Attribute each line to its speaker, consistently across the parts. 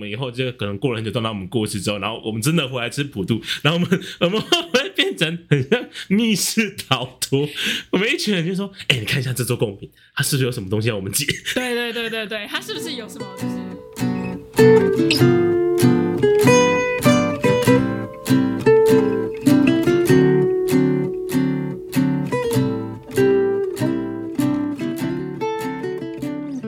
Speaker 1: 我们以后就可能过了很久，等到我们过世之后，然后我们真的回来吃普渡，然后我们我们会变成很像密室逃脱。我们一群人就说：“哎、你看一下这周贡品，它是不是有什么东西要我们解？”
Speaker 2: 对对对对对，他是不是有什么就是嗯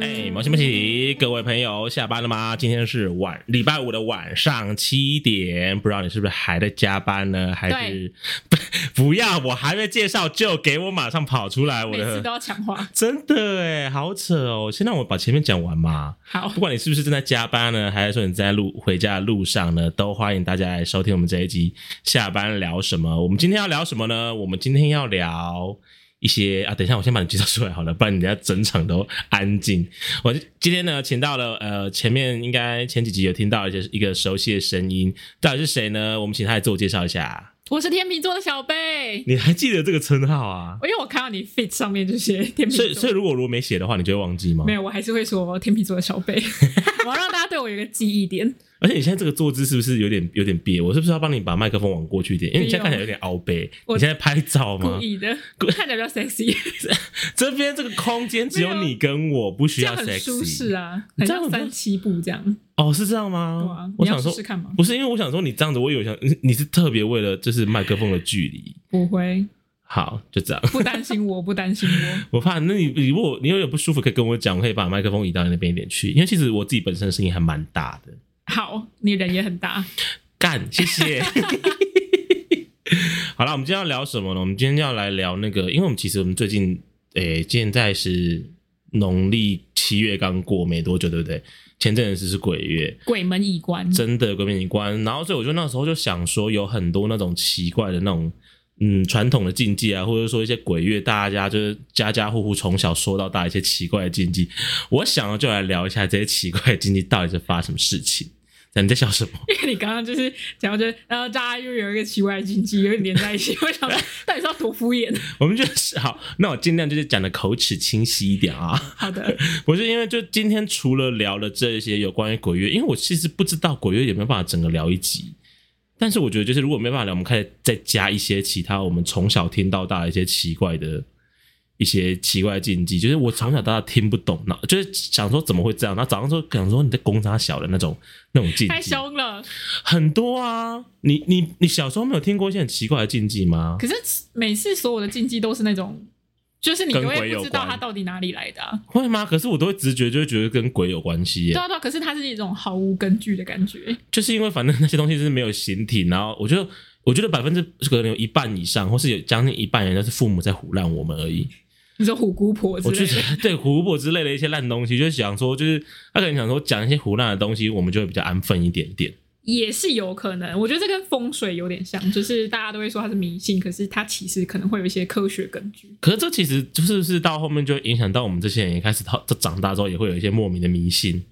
Speaker 1: 哎，毛先不起，各位朋友，下班了吗？今天是晚礼拜五的晚上七点，不知道你是不是还在加班呢？还是 不要？我还没介绍就给我马上跑出来，我
Speaker 2: 每次都
Speaker 1: 的
Speaker 2: 要强化？
Speaker 1: 真的哎，好扯哦！先让我把前面讲完嘛。
Speaker 2: 好
Speaker 1: 不，管你是不是正在加班呢，还是说你在路回家的路上呢，都欢迎大家来收听我们这一集下班聊什么。我们今天要聊什么呢？我们今天要聊一些啊，等一下我先把你介绍出来好了，不然你等一下整场都安静。我今天呢，请到了呃，前面应该前几集有听到一些一个熟悉的声音，到底是谁呢？我们请他来自我介绍一下。
Speaker 2: 我是天秤座的小贝，
Speaker 1: 你还记得这个称号啊？
Speaker 2: 因为我看到你 fit 上面这些天秤
Speaker 1: 所
Speaker 2: 座，
Speaker 1: 以，所以如果如果没写的话，你就会忘记吗？
Speaker 2: 没有，我还是会说天秤座的小贝， 我要让大家对我有一个记忆点。
Speaker 1: 而且你现在这个坐姿是不是有点有点别？我是不是要帮你把麦克风往过去一点？因为你现在看起来有点凹背。
Speaker 2: 我
Speaker 1: 你现在拍照
Speaker 2: 故
Speaker 1: 吗？
Speaker 2: 意的
Speaker 1: 故，
Speaker 2: 看起来比较 sexy，
Speaker 1: 这边这个空间只有
Speaker 2: 没有
Speaker 1: 你跟我，不需
Speaker 2: 这
Speaker 1: 要
Speaker 2: 样很舒适
Speaker 1: sexy。
Speaker 2: 啊，很
Speaker 1: 这样
Speaker 2: 像
Speaker 1: 很
Speaker 2: 三七步这样。
Speaker 1: 哦，是这样
Speaker 2: 对
Speaker 1: 吗？
Speaker 2: 啊，
Speaker 1: 我
Speaker 2: 你要
Speaker 1: 想
Speaker 2: 试
Speaker 1: 说
Speaker 2: 试看吗？
Speaker 1: 不是，因为我想说你这样子，我有想 你你是特别为了就是麦克风的距离。
Speaker 2: 不会，
Speaker 1: 好，就这样。
Speaker 2: 不担心我，不担心我。
Speaker 1: 我 怕，那你你如果你有点不舒服，可以跟我讲，我可以把麦克风移到你那边一点去。因为其实我自己本身的声音还蛮大的。
Speaker 2: 好，你人也很大，
Speaker 1: 干，谢谢。 好了，我们今天要聊什么呢？我们今天要来聊那个，因为我们其实我们最近，诶、现在是农历七月刚过没多久，对不对？前阵子是鬼月，
Speaker 2: 鬼门已关。
Speaker 1: 真的鬼门一关。然后，所以我就那时候就想说，有很多那种奇怪的那种，嗯，传统的禁忌啊，或者说一些鬼月，大家就是家家户户从小说到大一些奇怪的禁忌。我想就来聊一下这些奇怪的禁忌到底是发生什么事情。那你在笑什么？
Speaker 2: 因为你刚刚就是讲到这，然后大家又有一个奇怪的禁忌，有点连在一起。我 想说，到底是要多敷衍？
Speaker 1: 我们就是好，那我尽量就是讲的口齿清晰一点啊。
Speaker 2: 好的，
Speaker 1: 不是因为就今天除了聊了这些有关于鬼月，因为我其实不知道鬼月有没有办法整个聊一集，但是我觉得就是如果没办法聊，我们可以再加一些其他我们从小听到大的一些奇怪的。一些奇怪的禁忌，就是我从小到大听不懂，那就是想说怎么会这样？然后早上说想说你在攻杀小的那种那种禁忌，
Speaker 2: 太凶了。
Speaker 1: 很多啊！你你你小时候没有听过一些很奇怪的禁忌吗？
Speaker 2: 可是每次所有的禁忌都是那种，就是你
Speaker 1: 跟
Speaker 2: 永
Speaker 1: 鬼
Speaker 2: 远不
Speaker 1: 有
Speaker 2: 知道
Speaker 1: 关
Speaker 2: 它到底哪里来的啊、
Speaker 1: 会吗？可是我都会直觉就会觉得跟鬼有关系耶
Speaker 2: 对，啊对啊，可是它是一种毫无根据的感觉。
Speaker 1: 就是因为反正那些东西是没有形体，然后我觉得我觉得百分之可能有一半以上，或是有将近一半人都是父母在唬烂我们而已。
Speaker 2: 你说虎姑婆之
Speaker 1: 我
Speaker 2: 类
Speaker 1: 觉
Speaker 2: 的，
Speaker 1: 得对胡萝之类的一些烂东西，就是想说，就是他可能想说讲一些胡烂的东西，我们就会比较安分一点点。
Speaker 2: 也是有可能。我觉得这跟风水有点像，就是大家都会说它是迷信，可是它其实可能会有一些科学根据。
Speaker 1: 可是这其实就是不是到后面就会影响到我们这些人，也开始到这长大之后也会有一些莫名的迷信。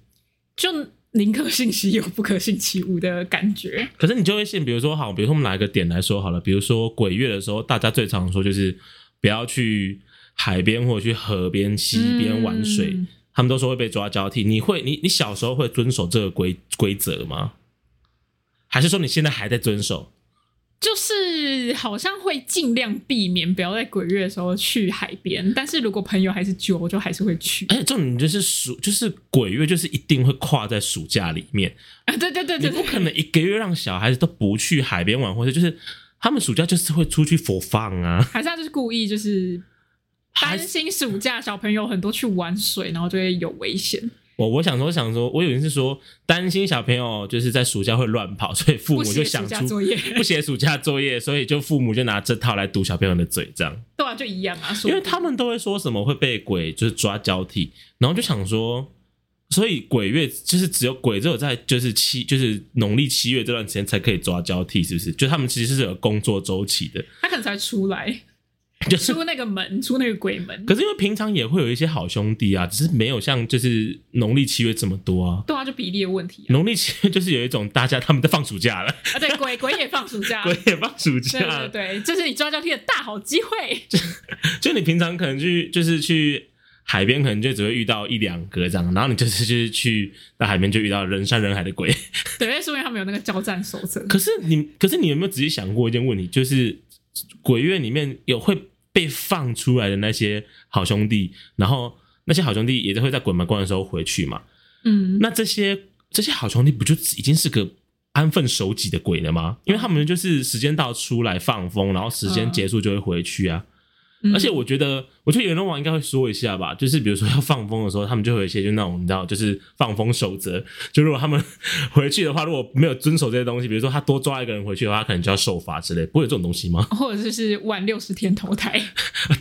Speaker 2: 就宁可信其有，不可信其无的感觉。
Speaker 1: 可是你就会信，比如说好，比如说我们拿一个点来说好了，比如说鬼月的时候，大家最常说就是不要去海边或者去河边、溪边玩水，
Speaker 2: 嗯
Speaker 1: 他们都说会被抓交替。你会，你你小时候会遵守这个规规则吗？还是说你现在还在遵守？
Speaker 2: 就是好像会尽量避免不要在鬼月的时候去海边，但是如果朋友还是揪，我就还是会去。
Speaker 1: 而且哎重点就是暑，就是鬼月，就是一定会跨在暑假里面，
Speaker 2: 啊， 对对对
Speaker 1: 你
Speaker 2: 对
Speaker 1: 不
Speaker 2: 对，
Speaker 1: 可能一个月让小孩子都不去海边玩，或者就是他们暑假就是会出去 for fun 啊，
Speaker 2: 还是他就是故意就是
Speaker 1: 还
Speaker 2: 担
Speaker 1: 是
Speaker 2: 心暑假小朋友很多去玩水，然后就会有危险，
Speaker 1: 我我想说想说，我以为是说担心小朋友就是在暑假会乱跑，所以父
Speaker 2: 不
Speaker 1: 母就
Speaker 2: 写暑
Speaker 1: 想
Speaker 2: 假
Speaker 1: 出
Speaker 2: 作业，
Speaker 1: 不写暑假作业，所以就父母就拿这套来堵小朋友的嘴，这样，
Speaker 2: 对啊，就一样啊，说
Speaker 1: 因为他们都会说什么会被鬼就是抓交替，然后就想说，所以鬼月就是只有鬼只有在就是七就是农历七月这段时间才可以抓交替，是不是？就他们其实是有工作周期的，
Speaker 2: 他可能才出 来，
Speaker 1: 就是
Speaker 2: 出那个门，出那个鬼门，
Speaker 1: 可是因为平常也会有一些好兄弟啊，只是没有像就是农历七月这么多啊。
Speaker 2: 对啊，就比例的问题啊，
Speaker 1: 农历七月就是有一种大家他们在放暑假 了，
Speaker 2: 啊对，鬼鬼也放暑假，
Speaker 1: 鬼也放暑
Speaker 2: 对
Speaker 1: 假
Speaker 2: 啊对
Speaker 1: 了，
Speaker 2: 对，这是你抓交替的大好机会。
Speaker 1: 就你平常可能去就是去海边可能就只会遇到一两个这样，然后你就是就是去到海边就遇到人山人海的鬼。
Speaker 2: 对，因为说明他们有那个交战守则。
Speaker 1: 可是你，可是你有没有仔细想过一件问题？就是鬼月里面有会被放出来的那些好兄弟，然后那些好兄弟也都会在鬼门关的时候回去嘛？
Speaker 2: 嗯，
Speaker 1: 那这些这些好兄弟不就已经是个安分守己的鬼了吗？因为他们就是时间到出来放风，然后时间结束就会回去啊。
Speaker 2: 嗯
Speaker 1: 而且我觉得，我觉得有人网应该会说一下吧，就是比如说要放风的时候，他们就会有一些就那种你知道，就是放风守则。就如果他们回去的话，如果没有遵守这些东西，比如说他多抓一个人回去的话，他可能就要受罚之类，不会有这种东西吗？
Speaker 2: 或者就是晚六十天投胎，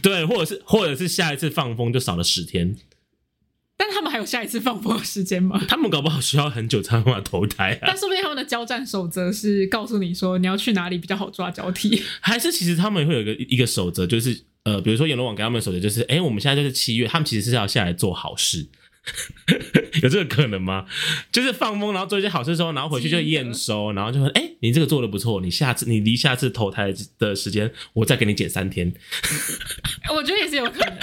Speaker 1: 对，或者是或者是下一次放风就少了十天，
Speaker 2: 但他们还有下一次放风的时间吗？
Speaker 1: 他们搞不好需要很久才有办法投胎啊。
Speaker 2: 但说不定他们的交战守则是告诉你说你要去哪里比较好抓交替。
Speaker 1: 还是其实他们会有一个一个守则，就是呃，比如说阎罗王给他们的守则就是，哎、我们现在就是七月，他们其实是要下来做好事， 有这个可能吗？就是放风，然后做一些好事之后，然后回去就验收，然后就说，哎、你这个做的不错，你下次你离下次投胎的时间，我再给你减三天。
Speaker 2: 我觉得也是有可能。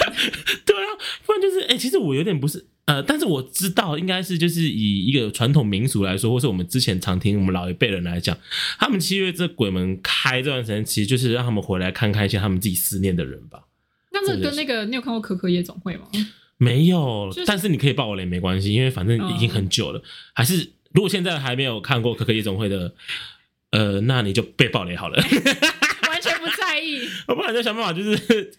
Speaker 1: 对啊，不然就是，哎、其实我有点不是。呃，但是我知道，应该是就是以一个传统民俗来说，或是我们之前常听我们老一辈人来讲，他们七月这鬼门开这段时间，其实就是让他们回来看看一些他们自己思念的人吧。
Speaker 2: 那这个跟那个，你有看过《可可夜总会》吗？
Speaker 1: 没有，
Speaker 2: 就是嗯
Speaker 1: 但是你可以爆我雷没关系，因为反正已经很久了。还是如果现在还没有看过《可可夜总会》的，呃，那你就被爆雷好了，
Speaker 2: 完全不在意，
Speaker 1: 我不然就想办法就是。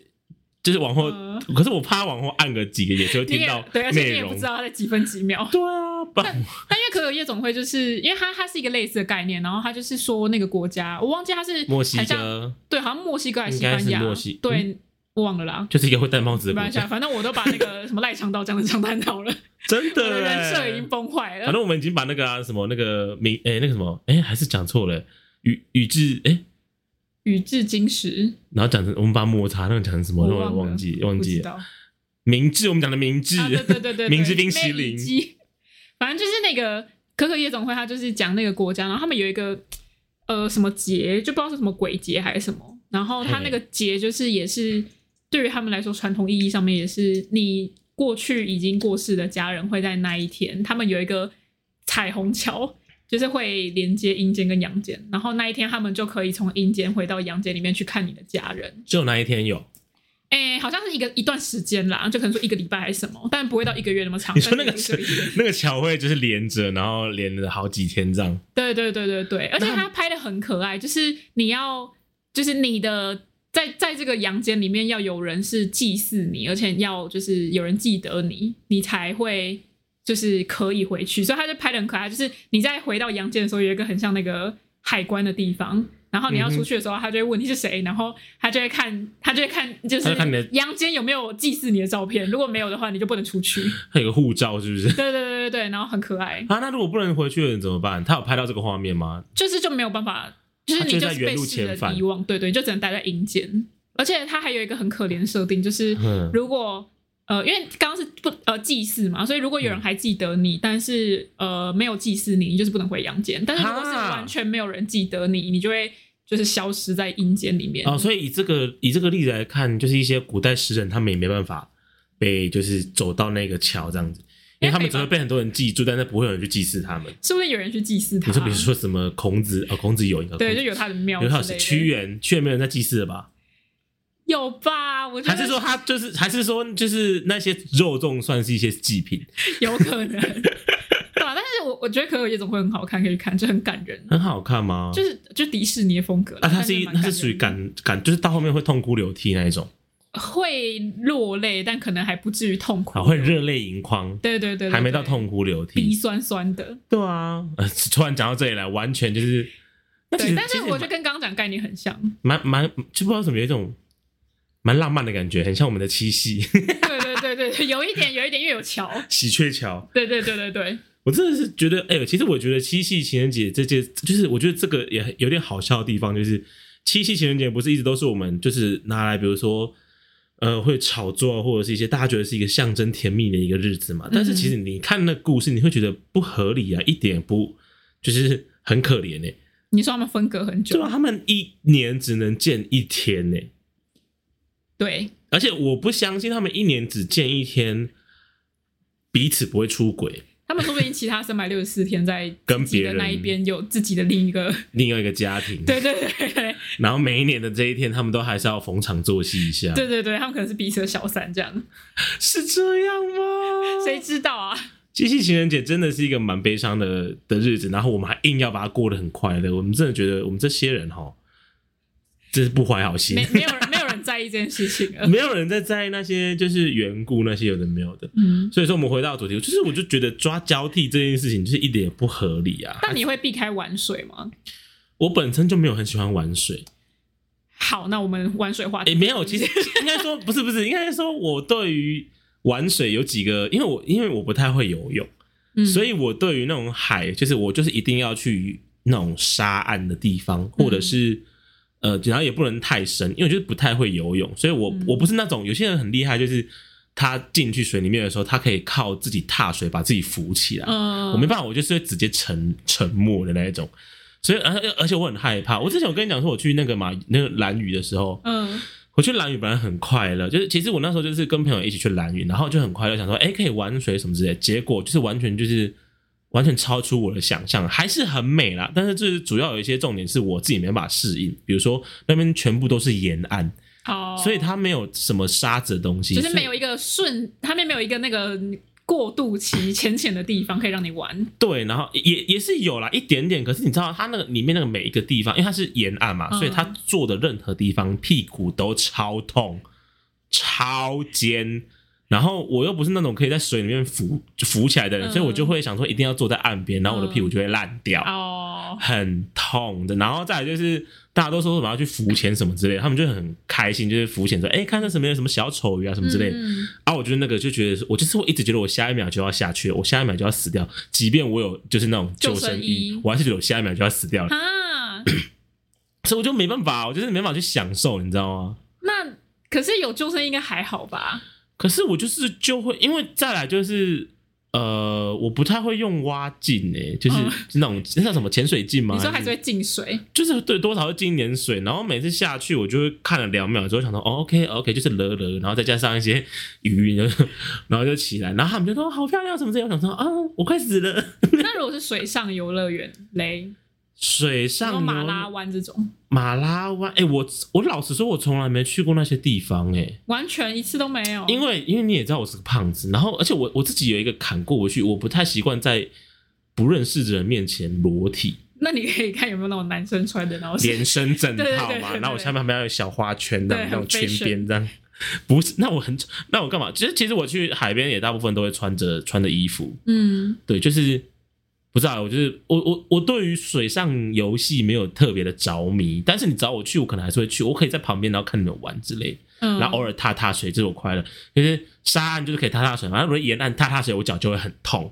Speaker 1: 就是往后，
Speaker 2: 嗯
Speaker 1: 可是我怕往后按个几个，也就会
Speaker 2: 你
Speaker 1: 听
Speaker 2: 也
Speaker 1: 到
Speaker 2: 对，而且你
Speaker 1: 内
Speaker 2: 也不
Speaker 1: 容
Speaker 2: 知。道他在几分几秒。
Speaker 1: 对啊，不然
Speaker 2: 但因为可可夜总会就是因为它它是一个类似的概念，然后它就是说那个国家，我忘记它是
Speaker 1: 墨西
Speaker 2: 好像，
Speaker 1: 哥
Speaker 2: 对，好像墨西哥还
Speaker 1: 应
Speaker 2: 西
Speaker 1: 该是
Speaker 2: 班牙，
Speaker 1: 墨西嗯
Speaker 2: 对，我忘了啦。
Speaker 1: 就是一个会戴帽子的
Speaker 2: 没关
Speaker 1: 国
Speaker 2: 系啊，
Speaker 1: 家，
Speaker 2: 反正我都把那个什么赖肠道讲的讲 探讨了，
Speaker 1: 真
Speaker 2: 我的
Speaker 1: 的
Speaker 2: 人设已
Speaker 1: 欸
Speaker 2: 经。崩坏
Speaker 1: 反
Speaker 2: 了。
Speaker 1: 正我们已经把那个啊什么那个名哎那个什么哎还是讲错了，宇宇智哎，
Speaker 2: 语至今时，
Speaker 1: 然后讲成我们把抹茶那个讲成什么，
Speaker 2: 我
Speaker 1: 我
Speaker 2: 忘了
Speaker 1: 忘记忘
Speaker 2: 不
Speaker 1: 记
Speaker 2: 知
Speaker 1: 了。
Speaker 2: 道。
Speaker 1: 明治，我们讲的明治，
Speaker 2: 啊，对对对对，
Speaker 1: 明
Speaker 2: 明
Speaker 1: 治
Speaker 2: 治
Speaker 1: 冰淇淋，
Speaker 2: 反正就是那个可可夜总会，他就是讲那个国家，然后他们有一个呃什么节，就不知道是什么鬼节还是什么，然后他那个节就是也是对于他们来说，传统意义上面也是你过去已经过世的家人会在那一天，他们有一个彩虹桥。就是会连接阴间跟阳间，然后那一天他们就可以从阴间回到阳间里面去看你的家人。
Speaker 1: 只有那一天有。
Speaker 2: 哎、好像是一个一段时间啦，就可能说一个礼拜还是什么，但不会到一个月那么长。
Speaker 1: 你说那
Speaker 2: 但
Speaker 1: 个
Speaker 2: 是就是一个月
Speaker 1: 那个桥会就是连着，然后连了好几天这样。
Speaker 2: 对对对对对，而且他拍的很可爱，就是你要，就是你的在在这个阳间里面要有人是祭祀你，而且要就是有人记得你，你才会就是可以回去。所以他就拍的很可爱，就是你在回到阳间的时候，有一个很像那个海关的地方。然后你要出去的时候，他就会问你是谁，然后他就会看，他就会看，就
Speaker 1: 他就看你的
Speaker 2: 是阳间有没有祭祀你的照片。如果没有的话，你就不能出去。
Speaker 1: 它有个护照是不是？
Speaker 2: 对对对对对，然后很可爱。
Speaker 1: 啊，那如果不能回去的人怎么办？他有拍到这个画面吗？
Speaker 2: 就是就没有办法，就是你
Speaker 1: 他
Speaker 2: 就
Speaker 1: 就是
Speaker 2: 是
Speaker 1: 在原
Speaker 2: 被
Speaker 1: 路
Speaker 2: 世
Speaker 1: 遣
Speaker 2: 人
Speaker 1: 返
Speaker 2: 遗忘，对对，你就只能待在阴间。而且它还有一个很可怜的设定，就是
Speaker 1: 嗯
Speaker 2: 如果呃，因为刚刚是不呃祭祀嘛，所以如果有人还记得你，但是呃没有祭祀你，你就是不能回阳间。但是如果是
Speaker 1: 啊
Speaker 2: 完全没有人记得你，你就会就是消失在阴间里面。
Speaker 1: 哦，所以以这个以这个例子来看，就是一些古代诗人他们也没办法被就是走到那个桥这样子，因为他们只会被很多人记住，但是不会有人去祭祀他们。
Speaker 2: 是不是有人去祭祀他？
Speaker 1: 你说比如说什么孔子啊、哦孔子有一个，
Speaker 2: 对，
Speaker 1: 孔
Speaker 2: 就
Speaker 1: 子
Speaker 2: 有他的庙
Speaker 1: 有
Speaker 2: 之
Speaker 1: 好
Speaker 2: 类的。
Speaker 1: 屈原，屈原没有人在祭祀了吧？
Speaker 2: 有吧？我觉
Speaker 1: 还
Speaker 2: 得
Speaker 1: 是说他就是还是说就是那些肉粽算是一些祭品？
Speaker 2: 有可 能。对吧？但是我我觉得可可夜总会很好看，可以去看，就很感人。
Speaker 1: 很好看吗？
Speaker 2: 就是就迪士尼的风格啦
Speaker 1: 啊，它
Speaker 2: 但
Speaker 1: 是一，
Speaker 2: 蛮
Speaker 1: 它是属于
Speaker 2: 人的
Speaker 1: 感感，就是到后面会痛哭流涕那一种，
Speaker 2: 会落泪，但可能还不至于痛苦
Speaker 1: 啊，，会热泪盈眶，
Speaker 2: 对对对，对
Speaker 1: 还没到，
Speaker 2: 对
Speaker 1: 痛哭流
Speaker 2: 鼻
Speaker 1: 涕。
Speaker 2: 酸酸的，
Speaker 1: 对啊，呃突然讲到这里来，完全就是，那其
Speaker 2: 对，
Speaker 1: 实
Speaker 2: 但
Speaker 1: 其
Speaker 2: 是
Speaker 1: 实
Speaker 2: 我觉得跟刚刚讲概念很像，
Speaker 1: 蛮蛮，就不知道怎么有一种蛮浪漫的感觉，很像我们的七夕
Speaker 2: 对对对对对，有一点有一点，因为有桥，
Speaker 1: 喜鹊桥。
Speaker 2: 对对对对对，
Speaker 1: 我真的是觉得，哎、呦，其实我觉得七夕情人节这件，就是我觉得这个也很有点好笑的地方，就是七夕情人节不是一直都是我们就是拿来，比如说。呃，会炒作或者是一些大家觉得是一个象征甜蜜的一个日子
Speaker 2: 嗯
Speaker 1: 嘛，但是其实你看那故事，你会觉得不合理啊，一点也不就是很可怜欸呢、
Speaker 2: 你说他们分隔很
Speaker 1: 对啊
Speaker 2: 久
Speaker 1: 吧？，他们一年只能见一天呢、
Speaker 2: 对，
Speaker 1: 欸而且我不相信他们一年只见一天，彼此不会出轨。
Speaker 2: 他们说不定其他三百六十四天在
Speaker 1: 跟
Speaker 2: 自己
Speaker 1: 别
Speaker 2: 的
Speaker 1: 人
Speaker 2: 那一边有自己的另一个，
Speaker 1: 另外一个家庭，
Speaker 2: 对对对对
Speaker 1: 然后每一年的这一天，他们都还是要逢场作戏一下，
Speaker 2: 对对对，他们可能是彼此的小三这样，
Speaker 1: 是这样吗？
Speaker 2: 谁知道啊？
Speaker 1: 七夕情人节真的是一个蛮悲伤的的日子，然后我们还硬要把它过得很快乐，我们真的觉得我们这些人哈，真是不怀好心
Speaker 2: 没。没有人没有人在意这件事情了。
Speaker 1: 没有人在在意那些就是缘故那些有的没有的，
Speaker 2: 嗯，
Speaker 1: 所以说我们回到主题，就是我就觉得抓交替这件事情就是一点也不合理啊。
Speaker 2: 那你会避开玩水吗？
Speaker 1: 我本身就没有很喜欢玩水，
Speaker 2: 好，那我们玩水话
Speaker 1: 诶，
Speaker 2: 题。
Speaker 1: 没有，其实 应该说不是不是，应该说我对于玩水有几个，因为我因为我不太会游泳，
Speaker 2: 嗯
Speaker 1: 所以我对于那种海，就是我就是一定要去那种沙岸的地
Speaker 2: 嗯
Speaker 1: 方，或者是、呃，然后也不能太深，因为我就是不太会游泳，所以我、
Speaker 2: 嗯
Speaker 1: 我不是那种有些人很厉害，就是他进去水里面的时候，他可以靠自己踏水把自己浮起来，
Speaker 2: 嗯，
Speaker 1: 我没办法，我就是会直接沉沉默的那一种。所以，而而且我很害怕。我之前我跟你讲说，我去那个嘛，那个蓝屿的时候，
Speaker 2: 嗯
Speaker 1: 我去蓝屿本来很快乐，就是其实我那时候就是跟朋友一起去蓝屿，然后就很快乐，想说哎、诶可以玩水什么之类的，结果就是完全就是完全超出我的想象，还是很美啦。但是就是主要有一些重点是我自己没办法适应，比如说那边全部都是沿岸，
Speaker 2: 好，
Speaker 1: 所以它没有什么沙子的东西，
Speaker 2: 哦就是
Speaker 1: 所
Speaker 2: 没
Speaker 1: 以
Speaker 2: 有一个顺，他们没有一个那个过渡期浅浅的地方可以让你玩。
Speaker 1: 对，然后也也是有啦，一点点。可是你知道，它那个里面那个每一个地方，因为它是沿岸嘛，
Speaker 2: 嗯
Speaker 1: 所以它坐的任何地方屁股都超痛、超尖。然后我又不是那种可以在水里面浮浮起来的人，
Speaker 2: 嗯
Speaker 1: 所以我就会想说一定要坐在岸边，然后我的屁股就会烂掉，
Speaker 2: 哦，
Speaker 1: 很痛的。然后再来就是大家都说什么要去浮潜什么之类的，他们就很开心，就是浮潜说，哎，看到什么有什么小丑鱼啊什么之类的。
Speaker 2: 嗯
Speaker 1: 啊，我觉得那个就觉得，我就是我一直觉得我下一秒就要下去了，我下一秒就要死掉，即便我有就是那种救生
Speaker 2: 救生衣
Speaker 1: 我还是觉得我下一秒就要死掉了，
Speaker 2: 啊，
Speaker 1: 所以我就没办法，我就是没办法去享受，你知道吗？
Speaker 2: 那可是有救生应该还好吧？
Speaker 1: 可是我就是就会，因为再来就是呃，我不太会用蛙镜诶、就是
Speaker 2: 嗯
Speaker 1: 那种、那叫什么潜水镜吗？
Speaker 2: 你说还是
Speaker 1: 是
Speaker 2: 会进 水？
Speaker 1: 就是对多少会进一点水，然后每次下去我就会看了两秒之后想说、哦、，OK OK，就是了了，然后再加上一些鱼，然后然后就起来，然后他们就说好漂亮什么之类的，我想说啊，我快死了。
Speaker 2: 那如果是水上游乐园嘞，
Speaker 1: 水
Speaker 2: 比如说
Speaker 1: 上
Speaker 2: 马
Speaker 1: 游
Speaker 2: 拉湾这种，
Speaker 1: 马拉湾，哎、我我老实说，我从来没去过那些地方、哎，
Speaker 2: 完全一次都没有。
Speaker 1: 因为因为你也知道我是个胖子，然后而且我我自己有一个坎过不去，我不太习惯在不认识的人面前裸体，
Speaker 2: 那你可以看有没有那种男生穿的，然 后是
Speaker 1: 连身整
Speaker 2: 对对
Speaker 1: 套
Speaker 2: 对对
Speaker 1: 嘛，
Speaker 2: 对
Speaker 1: 然后我下面还要有小花圈这样，
Speaker 2: 对
Speaker 1: 那种
Speaker 2: 很
Speaker 1: 圈
Speaker 2: fashion
Speaker 1: 边这样。不是，那我很，那我干嘛？其实，其实我去海边也大部分都会穿着穿着衣服，
Speaker 2: 嗯
Speaker 1: 对，就是不知道，我就是我我我对于水上游戏没有特别的着迷，但是你找我去，我可能还是会去，我可以在旁边然后看你们玩之类的，
Speaker 2: 嗯，
Speaker 1: 然后偶尔踏踏水，这是我快乐。就是沙岸就是可以踏踏水嘛，然后如果沿岸踏踏水，我脚就会很痛。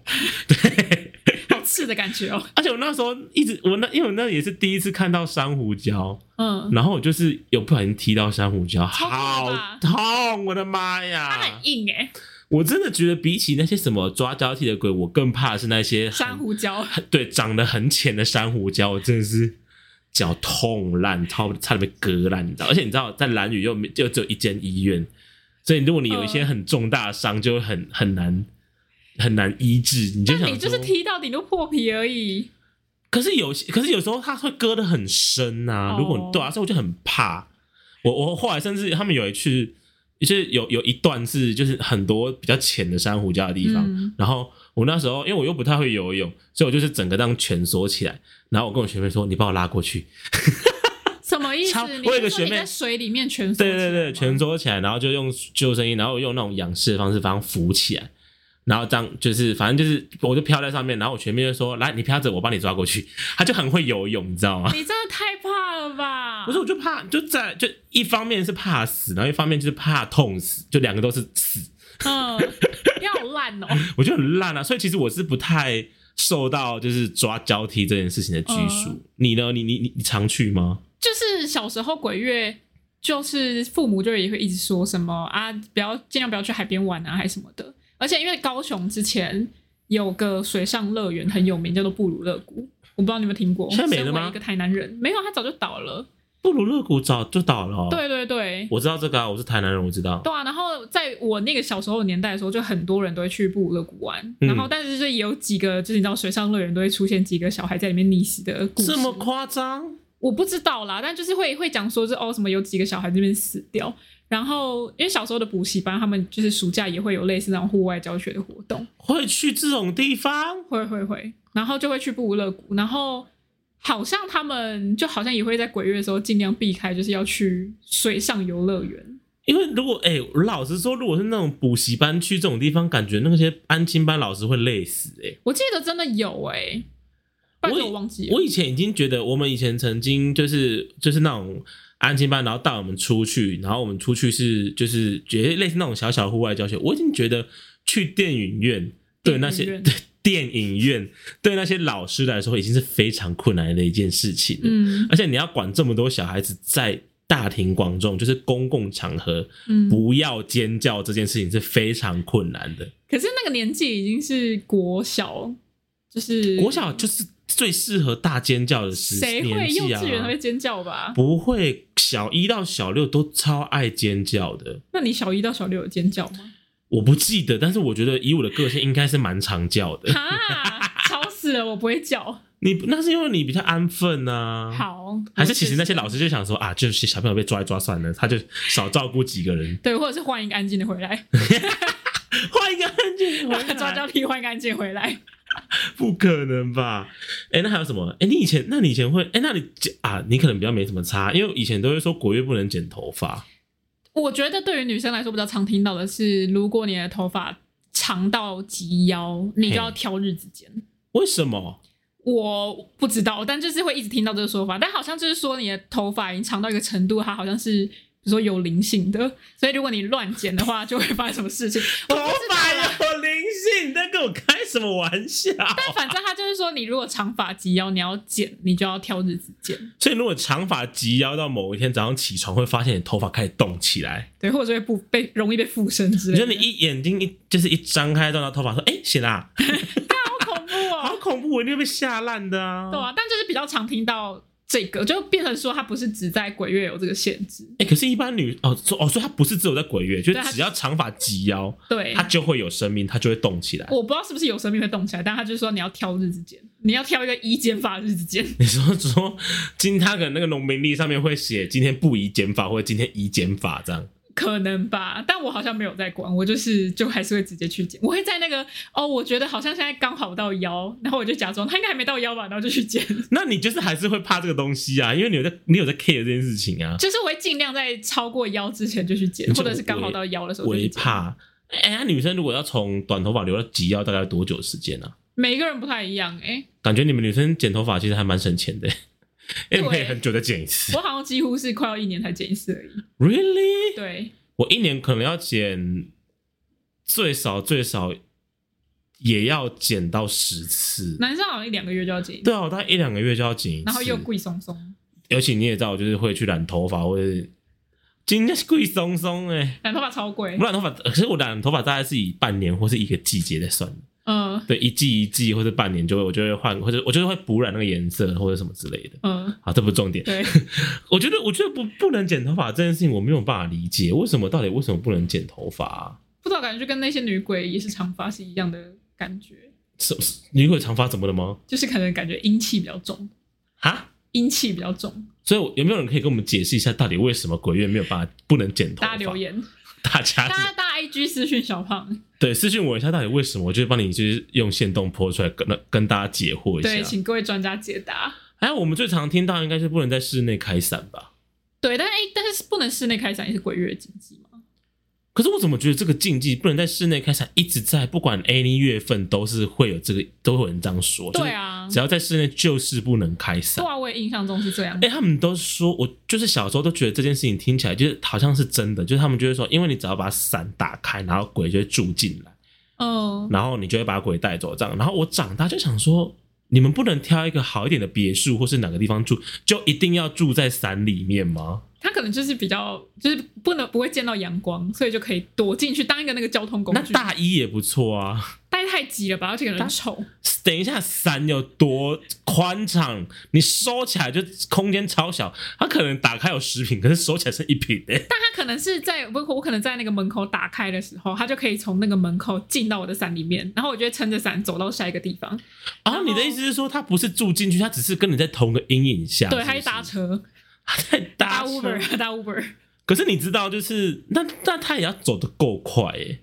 Speaker 2: 好刺的感觉哦。
Speaker 1: 而且我那时候一直我那因为我那也是第一次看到珊瑚礁，
Speaker 2: 嗯，
Speaker 1: 然后我就是有不小心踢到珊瑚礁，
Speaker 2: 超痛的
Speaker 1: 好
Speaker 2: 吧
Speaker 1: 痛！我的妈
Speaker 2: 它
Speaker 1: 呀
Speaker 2: 很！硬哎，
Speaker 1: 我真的觉得比起那些什么抓交替的鬼，我更怕的是那些很
Speaker 2: 珊瑚礁。
Speaker 1: 对，长得很浅的珊瑚礁，我真的是脚痛烂，差不多差点被割烂，你知道？而且你知道，在兰屿又没就只有一间医院，所以如果你有一些
Speaker 2: 嗯
Speaker 1: 很重大的伤，就会很很难很难医治。你就
Speaker 2: 那
Speaker 1: 想
Speaker 2: 你就是
Speaker 1: 说
Speaker 2: 踢到顶就破皮而已。
Speaker 1: 可是有些，可是有时候它会割的很深呐、
Speaker 2: 哦
Speaker 1: 如果你对啊，所以我就很怕。我我后来甚至他们有一次，就是有有一段是就是很多比较浅的珊瑚礁的地方，
Speaker 2: 嗯
Speaker 1: 然后我那时候因为我又不太会游泳，所以我就是整个这样蜷缩起来，然后我跟我学妹说：“你把我拉过去。
Speaker 2: 什么意思
Speaker 1: 超？
Speaker 2: 你
Speaker 1: 我有一个
Speaker 2: 是说
Speaker 1: 学妹
Speaker 2: 你在水里面全”缩
Speaker 1: 对
Speaker 2: 起
Speaker 1: 对
Speaker 2: 来
Speaker 1: 对，
Speaker 2: 吗
Speaker 1: 蜷缩起来，然后就用救生衣，然后用那种仰视的方式把它扶起来。然后这样就是，反正就是，我就飘在上面，然后我学妹就说：“来，你飘着，我帮你抓过去。”她就很会游泳，你知道吗？
Speaker 2: 你真的太怕了吧？
Speaker 1: 不是，我就怕，就在就一方面是怕死，然后一方面就是怕痛死，就两个都是死，
Speaker 2: 嗯，你好烂哦。
Speaker 1: 我就很烂啊。所以其实我是不太受到就是抓交替这件事情的拘束。你呢？你你你你常去吗？
Speaker 2: 就是小时候鬼月，就是父母就也会一直说什么啊，不要尽量不要去海边玩啊，还什么的。而且因为高雄之前有个水上乐园很有名，叫做布鲁乐谷，我不知道你有没有听过。
Speaker 1: 现在没了吗
Speaker 2: 身为一个台南人，没有，它早就倒了。
Speaker 1: 布鲁勒谷早就倒了、哦。，
Speaker 2: 对对对，
Speaker 1: 我知道这个啊，我是台南人，我知道。
Speaker 2: 对啊。然后在我那个小时候的年代的时候，就很多人都会去布鲁勒谷玩，
Speaker 1: 嗯
Speaker 2: 然后但是就也有几个，就是你知道水上乐园都会出现几个小孩在里面溺死的故事。
Speaker 1: 这么夸张？
Speaker 2: 我不知道啦，但就是会会讲说，这哦什么有几个小孩这边死掉，然后因为小时候的补习班，他们就是暑假也会有类似那种户外教学的活动，
Speaker 1: 会去这种地方？
Speaker 2: 会会会，然后就会去布鲁勒谷，然后好像他们就好像也会在鬼月的时候尽量避开，就是要去水上游乐园。
Speaker 1: 因为如果哎、老实说，如果是那种补习班去这种地方，感觉那些安亲班老师会累死哎、
Speaker 2: 我记得真的有哎、欸，不然
Speaker 1: 我
Speaker 2: 就我忘记了。
Speaker 1: 我以前已经觉得，我们以前曾经就是就是那种安亲班，然后带我们出去，然后我们出去是就是觉得类似那种小小户外教学。我已经觉得去电影院对那些
Speaker 2: 电影院
Speaker 1: 对电影院 对那些老师来说已经是非常困难的一件事情了。
Speaker 2: 嗯
Speaker 1: 而且你要管这么多小孩子在大庭广众，就是公共场合，
Speaker 2: 嗯，
Speaker 1: 不要尖叫这件事情是非常困难的。
Speaker 2: 可是那个年纪已经是国小，就是
Speaker 1: 国小就是最适合大尖叫的时
Speaker 2: 谁会
Speaker 1: 年
Speaker 2: 幼
Speaker 1: 纪啊
Speaker 2: 稚，园还会尖叫吧？
Speaker 1: 不会，小一到小六都超爱尖叫的。
Speaker 2: 那你小一到小六有尖叫 吗？
Speaker 1: 我不记得，但是我觉得以我的个性，应该是蛮常叫的。
Speaker 2: 哈，吵死了，我不会叫。
Speaker 1: 你那是因为你比较安分呐、啊。
Speaker 2: 好，
Speaker 1: 还是其实那些老师就想说啊，就是小朋友被抓一抓算了，他就少照顾几个人，
Speaker 2: 对，或者是换一个安静的回来，
Speaker 1: 换一个安静回
Speaker 2: 抓
Speaker 1: 来，
Speaker 2: 交替换一个安静的回来。
Speaker 1: 不可能吧？哎、那还有什么？哎、你以前，那你以前会，哎、那你剪啊，你可能比较没什么差，因为以前都会说国乐不能剪头发，
Speaker 2: 我觉得对于女生来说比较常听到的是，如果你的头发长到及腰，你就要挑日子剪。
Speaker 1: 为什么？
Speaker 2: 我不知道，但就是会一直听到这个说法，但好像就是说你的头发已经长到一个程度，它好像是。比如说有灵性的，所以如果你乱剪的话，就会发生什 么事情。我
Speaker 1: 头
Speaker 2: 不知道啊啦
Speaker 1: 发有灵性，你在跟我开什么玩笑？
Speaker 2: 但反正他就是说，你如果长发及腰，你要剪，你就要挑日子剪，
Speaker 1: 所以，如果长发及腰到某一天早上起床，会发现你头发开始动起来。
Speaker 2: 对，或者会不被容易被附身之
Speaker 1: 你
Speaker 2: 类
Speaker 1: 觉
Speaker 2: 的。
Speaker 1: 得你一眼睛一就是一张开，撞到头发，说：“哎、醒啦、
Speaker 2: 好恐怖
Speaker 1: 好
Speaker 2: 哦！
Speaker 1: 恐怖，我一定会被吓烂的啊！”
Speaker 2: 对啊，但就是比较常听到这个，就变成说它不是只在鬼月有这个限制，
Speaker 1: 哎、可是，一般女哦，说哦，所以她不是只有在鬼月，就
Speaker 2: 对
Speaker 1: 是
Speaker 2: 她
Speaker 1: 只要长发及腰，
Speaker 2: 对
Speaker 1: 她。就会有生命，她就会动起来。
Speaker 2: 我不知道是不是有生命会动起来，但他就是说你要挑日子剪，你要挑一个一剪发的日子剪，
Speaker 1: 你说说，今她可能那个农民历上面会写今天不宜剪发，或者今天宜剪发这样。
Speaker 2: 可能吧？但我好像没有在管，我就是就还是会直接去剪，我会在那个哦，我觉得好像现在刚好到腰，然后我就假装他应该还没到腰吧，然后就 去剪。
Speaker 1: 那你就是还是会怕这个东西啊，因为你有在你有在 care 这件事情啊。
Speaker 2: 就是我会尽量在超过腰之前就去剪，
Speaker 1: 你就
Speaker 2: 或者是刚好到腰的时候就
Speaker 1: 微
Speaker 2: 去剪。
Speaker 1: 怕。哎、那女生如果要从短头发留到及腰，大概要多久时间呢、啊？
Speaker 2: 每个人不太一样哎、欸
Speaker 1: 感觉你们女生剪头发其实还蛮省钱的，因为你可以
Speaker 2: 对
Speaker 1: 很久再剪一次。
Speaker 2: 我好像几乎是快要一年才剪一次而已。
Speaker 1: Really？
Speaker 2: 对，
Speaker 1: 我一年可能要剪最少最少也要剪到十次。
Speaker 2: 男生好像一两个月就要剪一次，
Speaker 1: 对啊，我大概一两个月就要剪一次。
Speaker 2: 然后又贵松松，
Speaker 1: 尤其你也知道，我就是会去染头发，或者是今天是贵松松哎，
Speaker 2: 染头发超贵
Speaker 1: 我。染头发，可是我染头发大概是以半年或是一个季节在算的。
Speaker 2: 嗯
Speaker 1: 对，一季一季或者半年就会，我就会换，或者我就是会补染那个颜色或者什么之类的。
Speaker 2: 嗯，
Speaker 1: 好，这不是重点。
Speaker 2: 对，
Speaker 1: 我觉得，我觉得不不能剪头发这件事情，我没有办法理解，为什么到底为什么不能剪头发、啊？
Speaker 2: 不知道感觉就跟那些女鬼也是长发是一样的感觉，
Speaker 1: 是是女鬼长发怎么了吗？
Speaker 2: 就是可能感觉阴气比较重，
Speaker 1: 啊？
Speaker 2: 阴气比较重。
Speaker 1: 所以我有没有人可以跟我们解释一下，到底为什么鬼月没有办法不能剪头发？
Speaker 2: 大家留，言，
Speaker 1: 大家
Speaker 2: 大家大家 IG 私讯小胖，
Speaker 1: 对私信我一下，到底为什么？我就帮你就是用线动泼出来，跟跟大家解惑一
Speaker 2: 对，
Speaker 1: 下。
Speaker 2: 请各位专家解答。
Speaker 1: 哎，我们最常听到应该是不能在室内开伞吧？
Speaker 2: 对，但是哎、但是不能室内开伞也是鬼月的禁忌嘛？
Speaker 1: 可是我怎么觉得这个禁忌不能在室内开伞，一直在不管 any 月份都是会有这个，都会有人这样说。
Speaker 2: 对，啊，
Speaker 1: 只要在室内就是不能开伞
Speaker 2: 对。啊，我也印象中是这样。
Speaker 1: 哎、他们都说，我就是小时候都觉得这件事情听起来就是好像是真的，就是他们就会说，因为你只要把伞打开，然后鬼就会住进来，
Speaker 2: 嗯，
Speaker 1: 然后你就会把鬼带走这样。然后我长大就想说，你们不能挑一个好一点的别墅或是哪个地方住，就一定要住在伞里面吗？
Speaker 2: 他可能就是比较，就是不能不会见到阳光，所以就可以躲进去当一个那个交通工
Speaker 1: 那
Speaker 2: 具。
Speaker 1: 大一也不错啊，
Speaker 2: 大太太挤了吧，而且很丑。
Speaker 1: 等一下，伞有多宽敞？你收起来就空间超小，它可能打开有十瓶，可是收起来剩一瓶 哎、
Speaker 2: 但他可能是在我我可能在那个门口打开的时候，他就可以从那个门口进到我的伞里面，然后我就会撑着伞走到下一个地方。
Speaker 1: 啊，你的意思是说它不是住进去，它只是跟你在同个阴影下？
Speaker 2: 对，他
Speaker 1: 还
Speaker 2: 就搭车，
Speaker 1: 他在搭
Speaker 2: 搭
Speaker 1: 车
Speaker 2: Uber，搭 Uber。
Speaker 1: 可是你知道，就是那那他也要走得够快哎、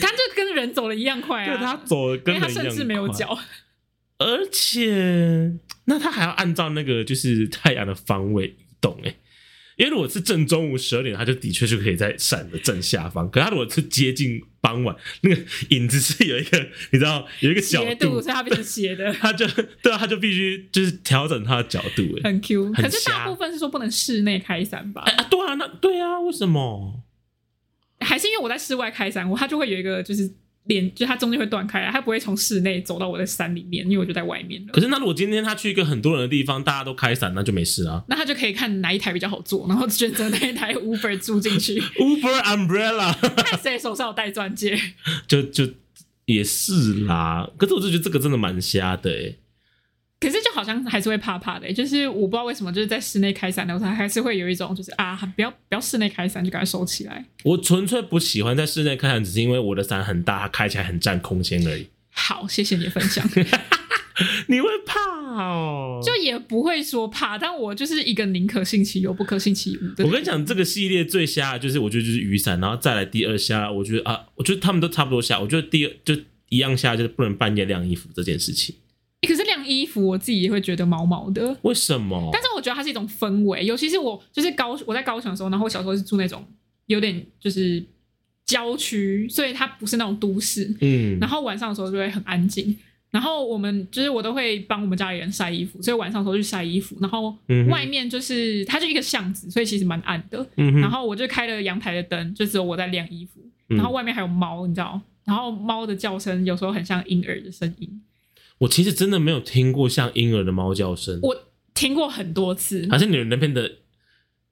Speaker 2: 他就跟人走的一样快
Speaker 1: 对
Speaker 2: 啊，
Speaker 1: 他走的跟
Speaker 2: 因为
Speaker 1: 人
Speaker 2: 他
Speaker 1: 一样
Speaker 2: 甚至没有
Speaker 1: 快
Speaker 2: 脚，
Speaker 1: 而且那他还要按照那个就是太阳的方位移动哎、欸因为如果是正中午十二点，他就的确是可以在伞的正下方。可他如果是接近傍晚，那个影子是有一个你知道有一个角
Speaker 2: 斜
Speaker 1: 度，
Speaker 2: 度，，所以他变成斜的
Speaker 1: 他就对啊，他就必须就是调整他的角度哎、欸
Speaker 2: 很 Q。
Speaker 1: 很
Speaker 2: 可是
Speaker 1: 瞎
Speaker 2: 大部分是说不能室内开伞吧
Speaker 1: 哎、？啊，对啊，那对啊，为什么？
Speaker 2: 还是因为我在室外开伞，我它就会有一个就是连，就它中间会断开来，它不会从室内走到我的伞里面，因为我就在外面了
Speaker 1: 可。是那如果今天他去一个很多人的地方，大家都开伞，那就没事啊。
Speaker 2: 那他就可以看哪一台比较好坐，然后选择哪一台 Uber 住进去，
Speaker 1: Uber umbrella
Speaker 2: 看谁手上有戴钻戒。
Speaker 1: 就就也是啦。可是我就觉得这个真的蛮瞎的哎、欸
Speaker 2: 可是就好像还是会怕怕的、欸就是我不知道为什么，就是在室内开伞的时候，它还是会有一种就是啊，不要不要室内开伞，就赶快收起来。
Speaker 1: 我纯粹不喜欢在室内开伞，只是因为我的伞很大，它开起来很占空间而已。
Speaker 2: 好，谢谢你的分享。
Speaker 1: 你会怕哦？
Speaker 2: 就也不会说怕，但我就是一个宁可信其有，不可信其无的。
Speaker 1: 我跟你讲，这个系列最瞎的就是我觉得就是雨伞，然后再来第二瞎，我觉得啊，我觉得他们都差不多瞎。我觉得第二就一样瞎，就是不能半夜晾衣服这件事情。
Speaker 2: 欸可是晾衣服，我自己也会觉得毛毛的。
Speaker 1: 为什么？
Speaker 2: 但是我觉得它是一种氛围，尤其是我就是高我在高雄的时候，然后我小时候是住那种有点就是郊区，所以它不是那种都市。
Speaker 1: 嗯
Speaker 2: 然后晚上的时候就会很安静。然后我们就是我都会帮我们家里人晒衣服，所以晚上的时候去晒衣服。然后
Speaker 1: 嗯哼
Speaker 2: 外面就是、它就一个巷子，所以其实蛮暗的。
Speaker 1: 嗯哼
Speaker 2: 然后我就开了阳台的灯，就只有我在晾衣服，
Speaker 1: 嗯
Speaker 2: 然后外面还有猫，你知道，然后猫的叫声有时候很像婴儿的声音，
Speaker 1: 我其实真的没有听过像婴儿的猫叫声，
Speaker 2: 我听过很多次，
Speaker 1: 好像你们那边的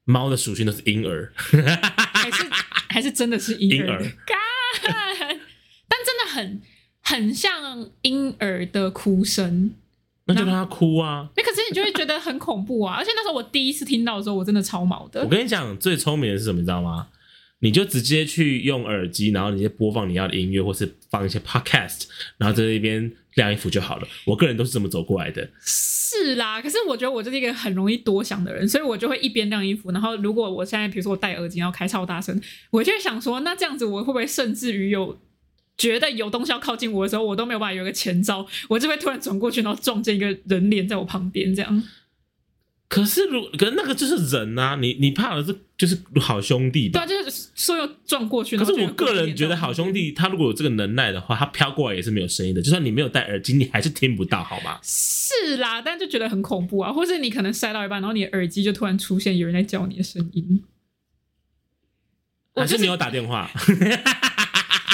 Speaker 1: 猫的属性都是婴儿。
Speaker 2: 还是 还是真的是婴儿的
Speaker 1: 婴儿，
Speaker 2: 干但真的很很像婴儿的哭声，
Speaker 1: 那就让它哭啊！
Speaker 2: 那可是你就会觉得很恐怖啊！而且那时候我第一次听到的时候，我真的超毛
Speaker 1: 我
Speaker 2: 的，
Speaker 1: 跟你讲，最聪明的是什么，你知道吗？你就直接去用耳机，然后你就播放你要的音乐，或是放一些 podcast，然后在那边晾衣服就好了。我个人都是这么走过来的。
Speaker 2: 是啦。可是我觉得我就是一个很容易多想的人，所以我就会一边晾衣服，然后如果我现在比如说我戴耳机，然后开超大声，我就会想说，那这样子我会不会甚至于有觉得有东西要靠近我的时候，我都没有办法有一个前兆，我就会突然转过去，然后撞见一个人脸在我旁边这样。
Speaker 1: 可是如可是那个就是人呐、你你怕的是就是好兄弟
Speaker 2: 对
Speaker 1: 吧
Speaker 2: 啊，？就是说要撞过去。
Speaker 1: 可是
Speaker 2: 然
Speaker 1: 我
Speaker 2: 后就
Speaker 1: 个人觉得好兄弟他如果有这个能耐的话，他飘过来也是没有声音的。就算你没有戴耳机，你还是听不到，好吗？
Speaker 2: 是啦，但就觉得很恐怖啊，或是你可能塞到一半，然后你的耳机就突然出现有人在叫你的声音，我
Speaker 1: 还
Speaker 2: 就是
Speaker 1: 是你有打电 话？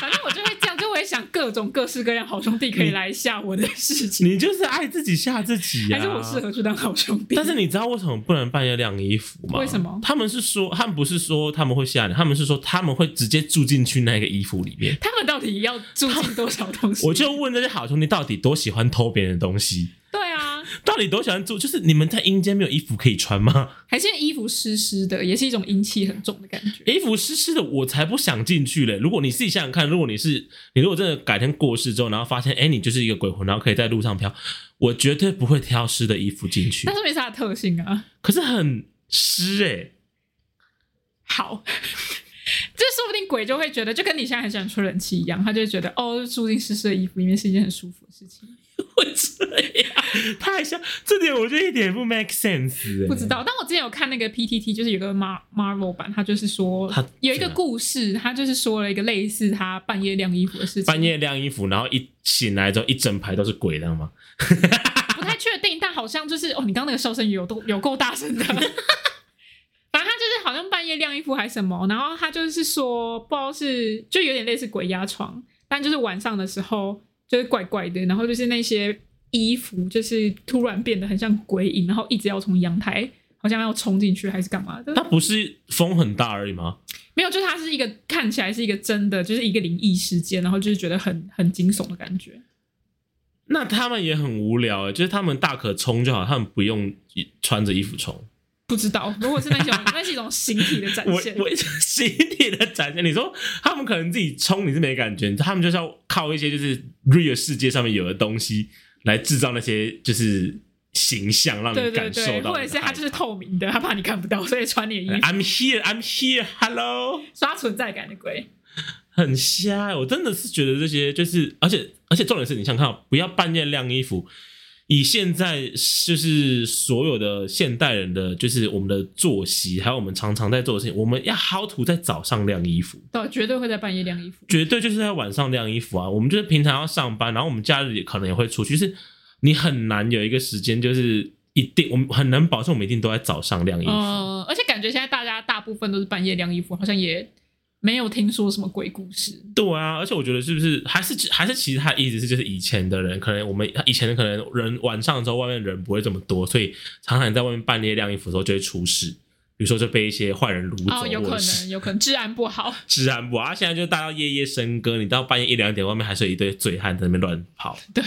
Speaker 2: 反正我就会这样，就会想各种各式各样好兄弟可以来吓我的事情，
Speaker 1: 你就是爱自己吓自己啊！
Speaker 2: 还是我适合去当好兄弟？
Speaker 1: 但是你知道为什么不能半夜晾衣服吗？
Speaker 2: 为什么
Speaker 1: 他们是说，他们不是说他们会吓你，他们是说他们会直接住进去那个衣服里面。
Speaker 2: 他们到底要住进多少东西？
Speaker 1: 我就问这些好兄弟，到底多喜欢偷别人的东西？
Speaker 2: 对啊，
Speaker 1: 到底多喜欢住？就是你们在阴间没有衣服可以穿吗？
Speaker 2: 还是衣服湿湿的，也是一种阴气很重的感觉。
Speaker 1: 衣服湿湿的，我才不想进去嘞。如果你自己想想看，如果你是你，如果真的改天过世之后，然后发现，哎、你就是一个鬼魂，然后可以在路上飘，我绝对不会挑湿的衣服进去
Speaker 2: 但。是没啥特性啊。
Speaker 1: 可是很湿哎、
Speaker 2: 好，这说不定鬼就会觉得，就跟你现在很喜欢吹冷气一样，他就会觉得哦，住进湿湿的衣服里面是一件很舒服的事情。
Speaker 1: 会这样？太像这点，我觉得一点也不 make sense、欸
Speaker 2: 不知，道，但我之前有看那个 PTT，就是有个 Mar Marvel 版，他就是说
Speaker 1: 他
Speaker 2: 有一个故事，他就是说了一个类似他半夜晾衣服的事情，
Speaker 1: 半夜晾衣服，然后一醒来之后，一整排都是鬼，知道吗？
Speaker 2: 不太确定，但好像就是哦，你刚刚那个笑声有都有够大声的。 反正他就是好像半夜晾衣服还是什么，然后他就是说不知道是就有点类似鬼压床，但就是晚上的时候就是怪怪的，然后就是那些衣服就是突然变得很像鬼影，然后一直要从阳台好像要冲进去还是干嘛的
Speaker 1: 它，不是风很大而已吗？
Speaker 2: 没有，就是它是一个看起来是一个真的，就是一个灵异事件，然后就是觉得很很惊悚的感觉。
Speaker 1: 那他们也很无聊、欸，就是他们大可冲就好，他们不用穿着衣服冲。
Speaker 2: 不知道，如果是那种那是一种形体的展
Speaker 1: 我
Speaker 2: 现，
Speaker 1: 我 形体的展现，你说他们可能自己冲你是没感觉，他们就是要靠一些就是 real 世界上面有的东西来制造那些就是形象，让
Speaker 2: 对
Speaker 1: 你
Speaker 2: 对
Speaker 1: 感受啊
Speaker 2: 对，
Speaker 1: 到
Speaker 2: 或
Speaker 1: 那
Speaker 2: 者
Speaker 1: 个
Speaker 2: 是
Speaker 1: 害
Speaker 2: 它
Speaker 1: 怕。
Speaker 2: 就是透明的，它怕你看不到，所以穿你的衣服，
Speaker 1: I'm here, I'm here, hello。
Speaker 2: 刷存在感的鬼。
Speaker 1: 很瞎欸，我真的是觉得这些就是，而且而且重点是你想看哦，不要半夜晾衣服。以现在就是所有的现代人的，就是我们的作息，还有我们常常在做的事情，我们要好土在早上晾衣服，
Speaker 2: 对，绝对会在半夜晾衣服。
Speaker 1: 绝对就是在晚上晾衣服啊。我们就是平常要上班，然后我们假日也可能也会出去，就是你很难有一个时间，就是一定我们很难保证我们一定都在早上晾衣服。
Speaker 2: 嗯，而且感觉现在大家大部分都是半夜晾衣服，好像也没有听说什么鬼故事。
Speaker 1: 对啊，而且我觉得是不是还是还是其实他一直是就是以前的人，可能我们以前的可能人晚上的时候外面人不会这么多，所以常常你在外面半夜晾衣服的时候就会出事，比如说就被一些坏人掳走，
Speaker 2: 哦，有
Speaker 1: 或
Speaker 2: 可
Speaker 1: 者是啊
Speaker 2: 能，有可能治安不好。
Speaker 1: 治安不好。啊现在就大家夜夜笙歌，你到半夜一两点，外面还是有一堆醉汉在那边乱跑。
Speaker 2: 对，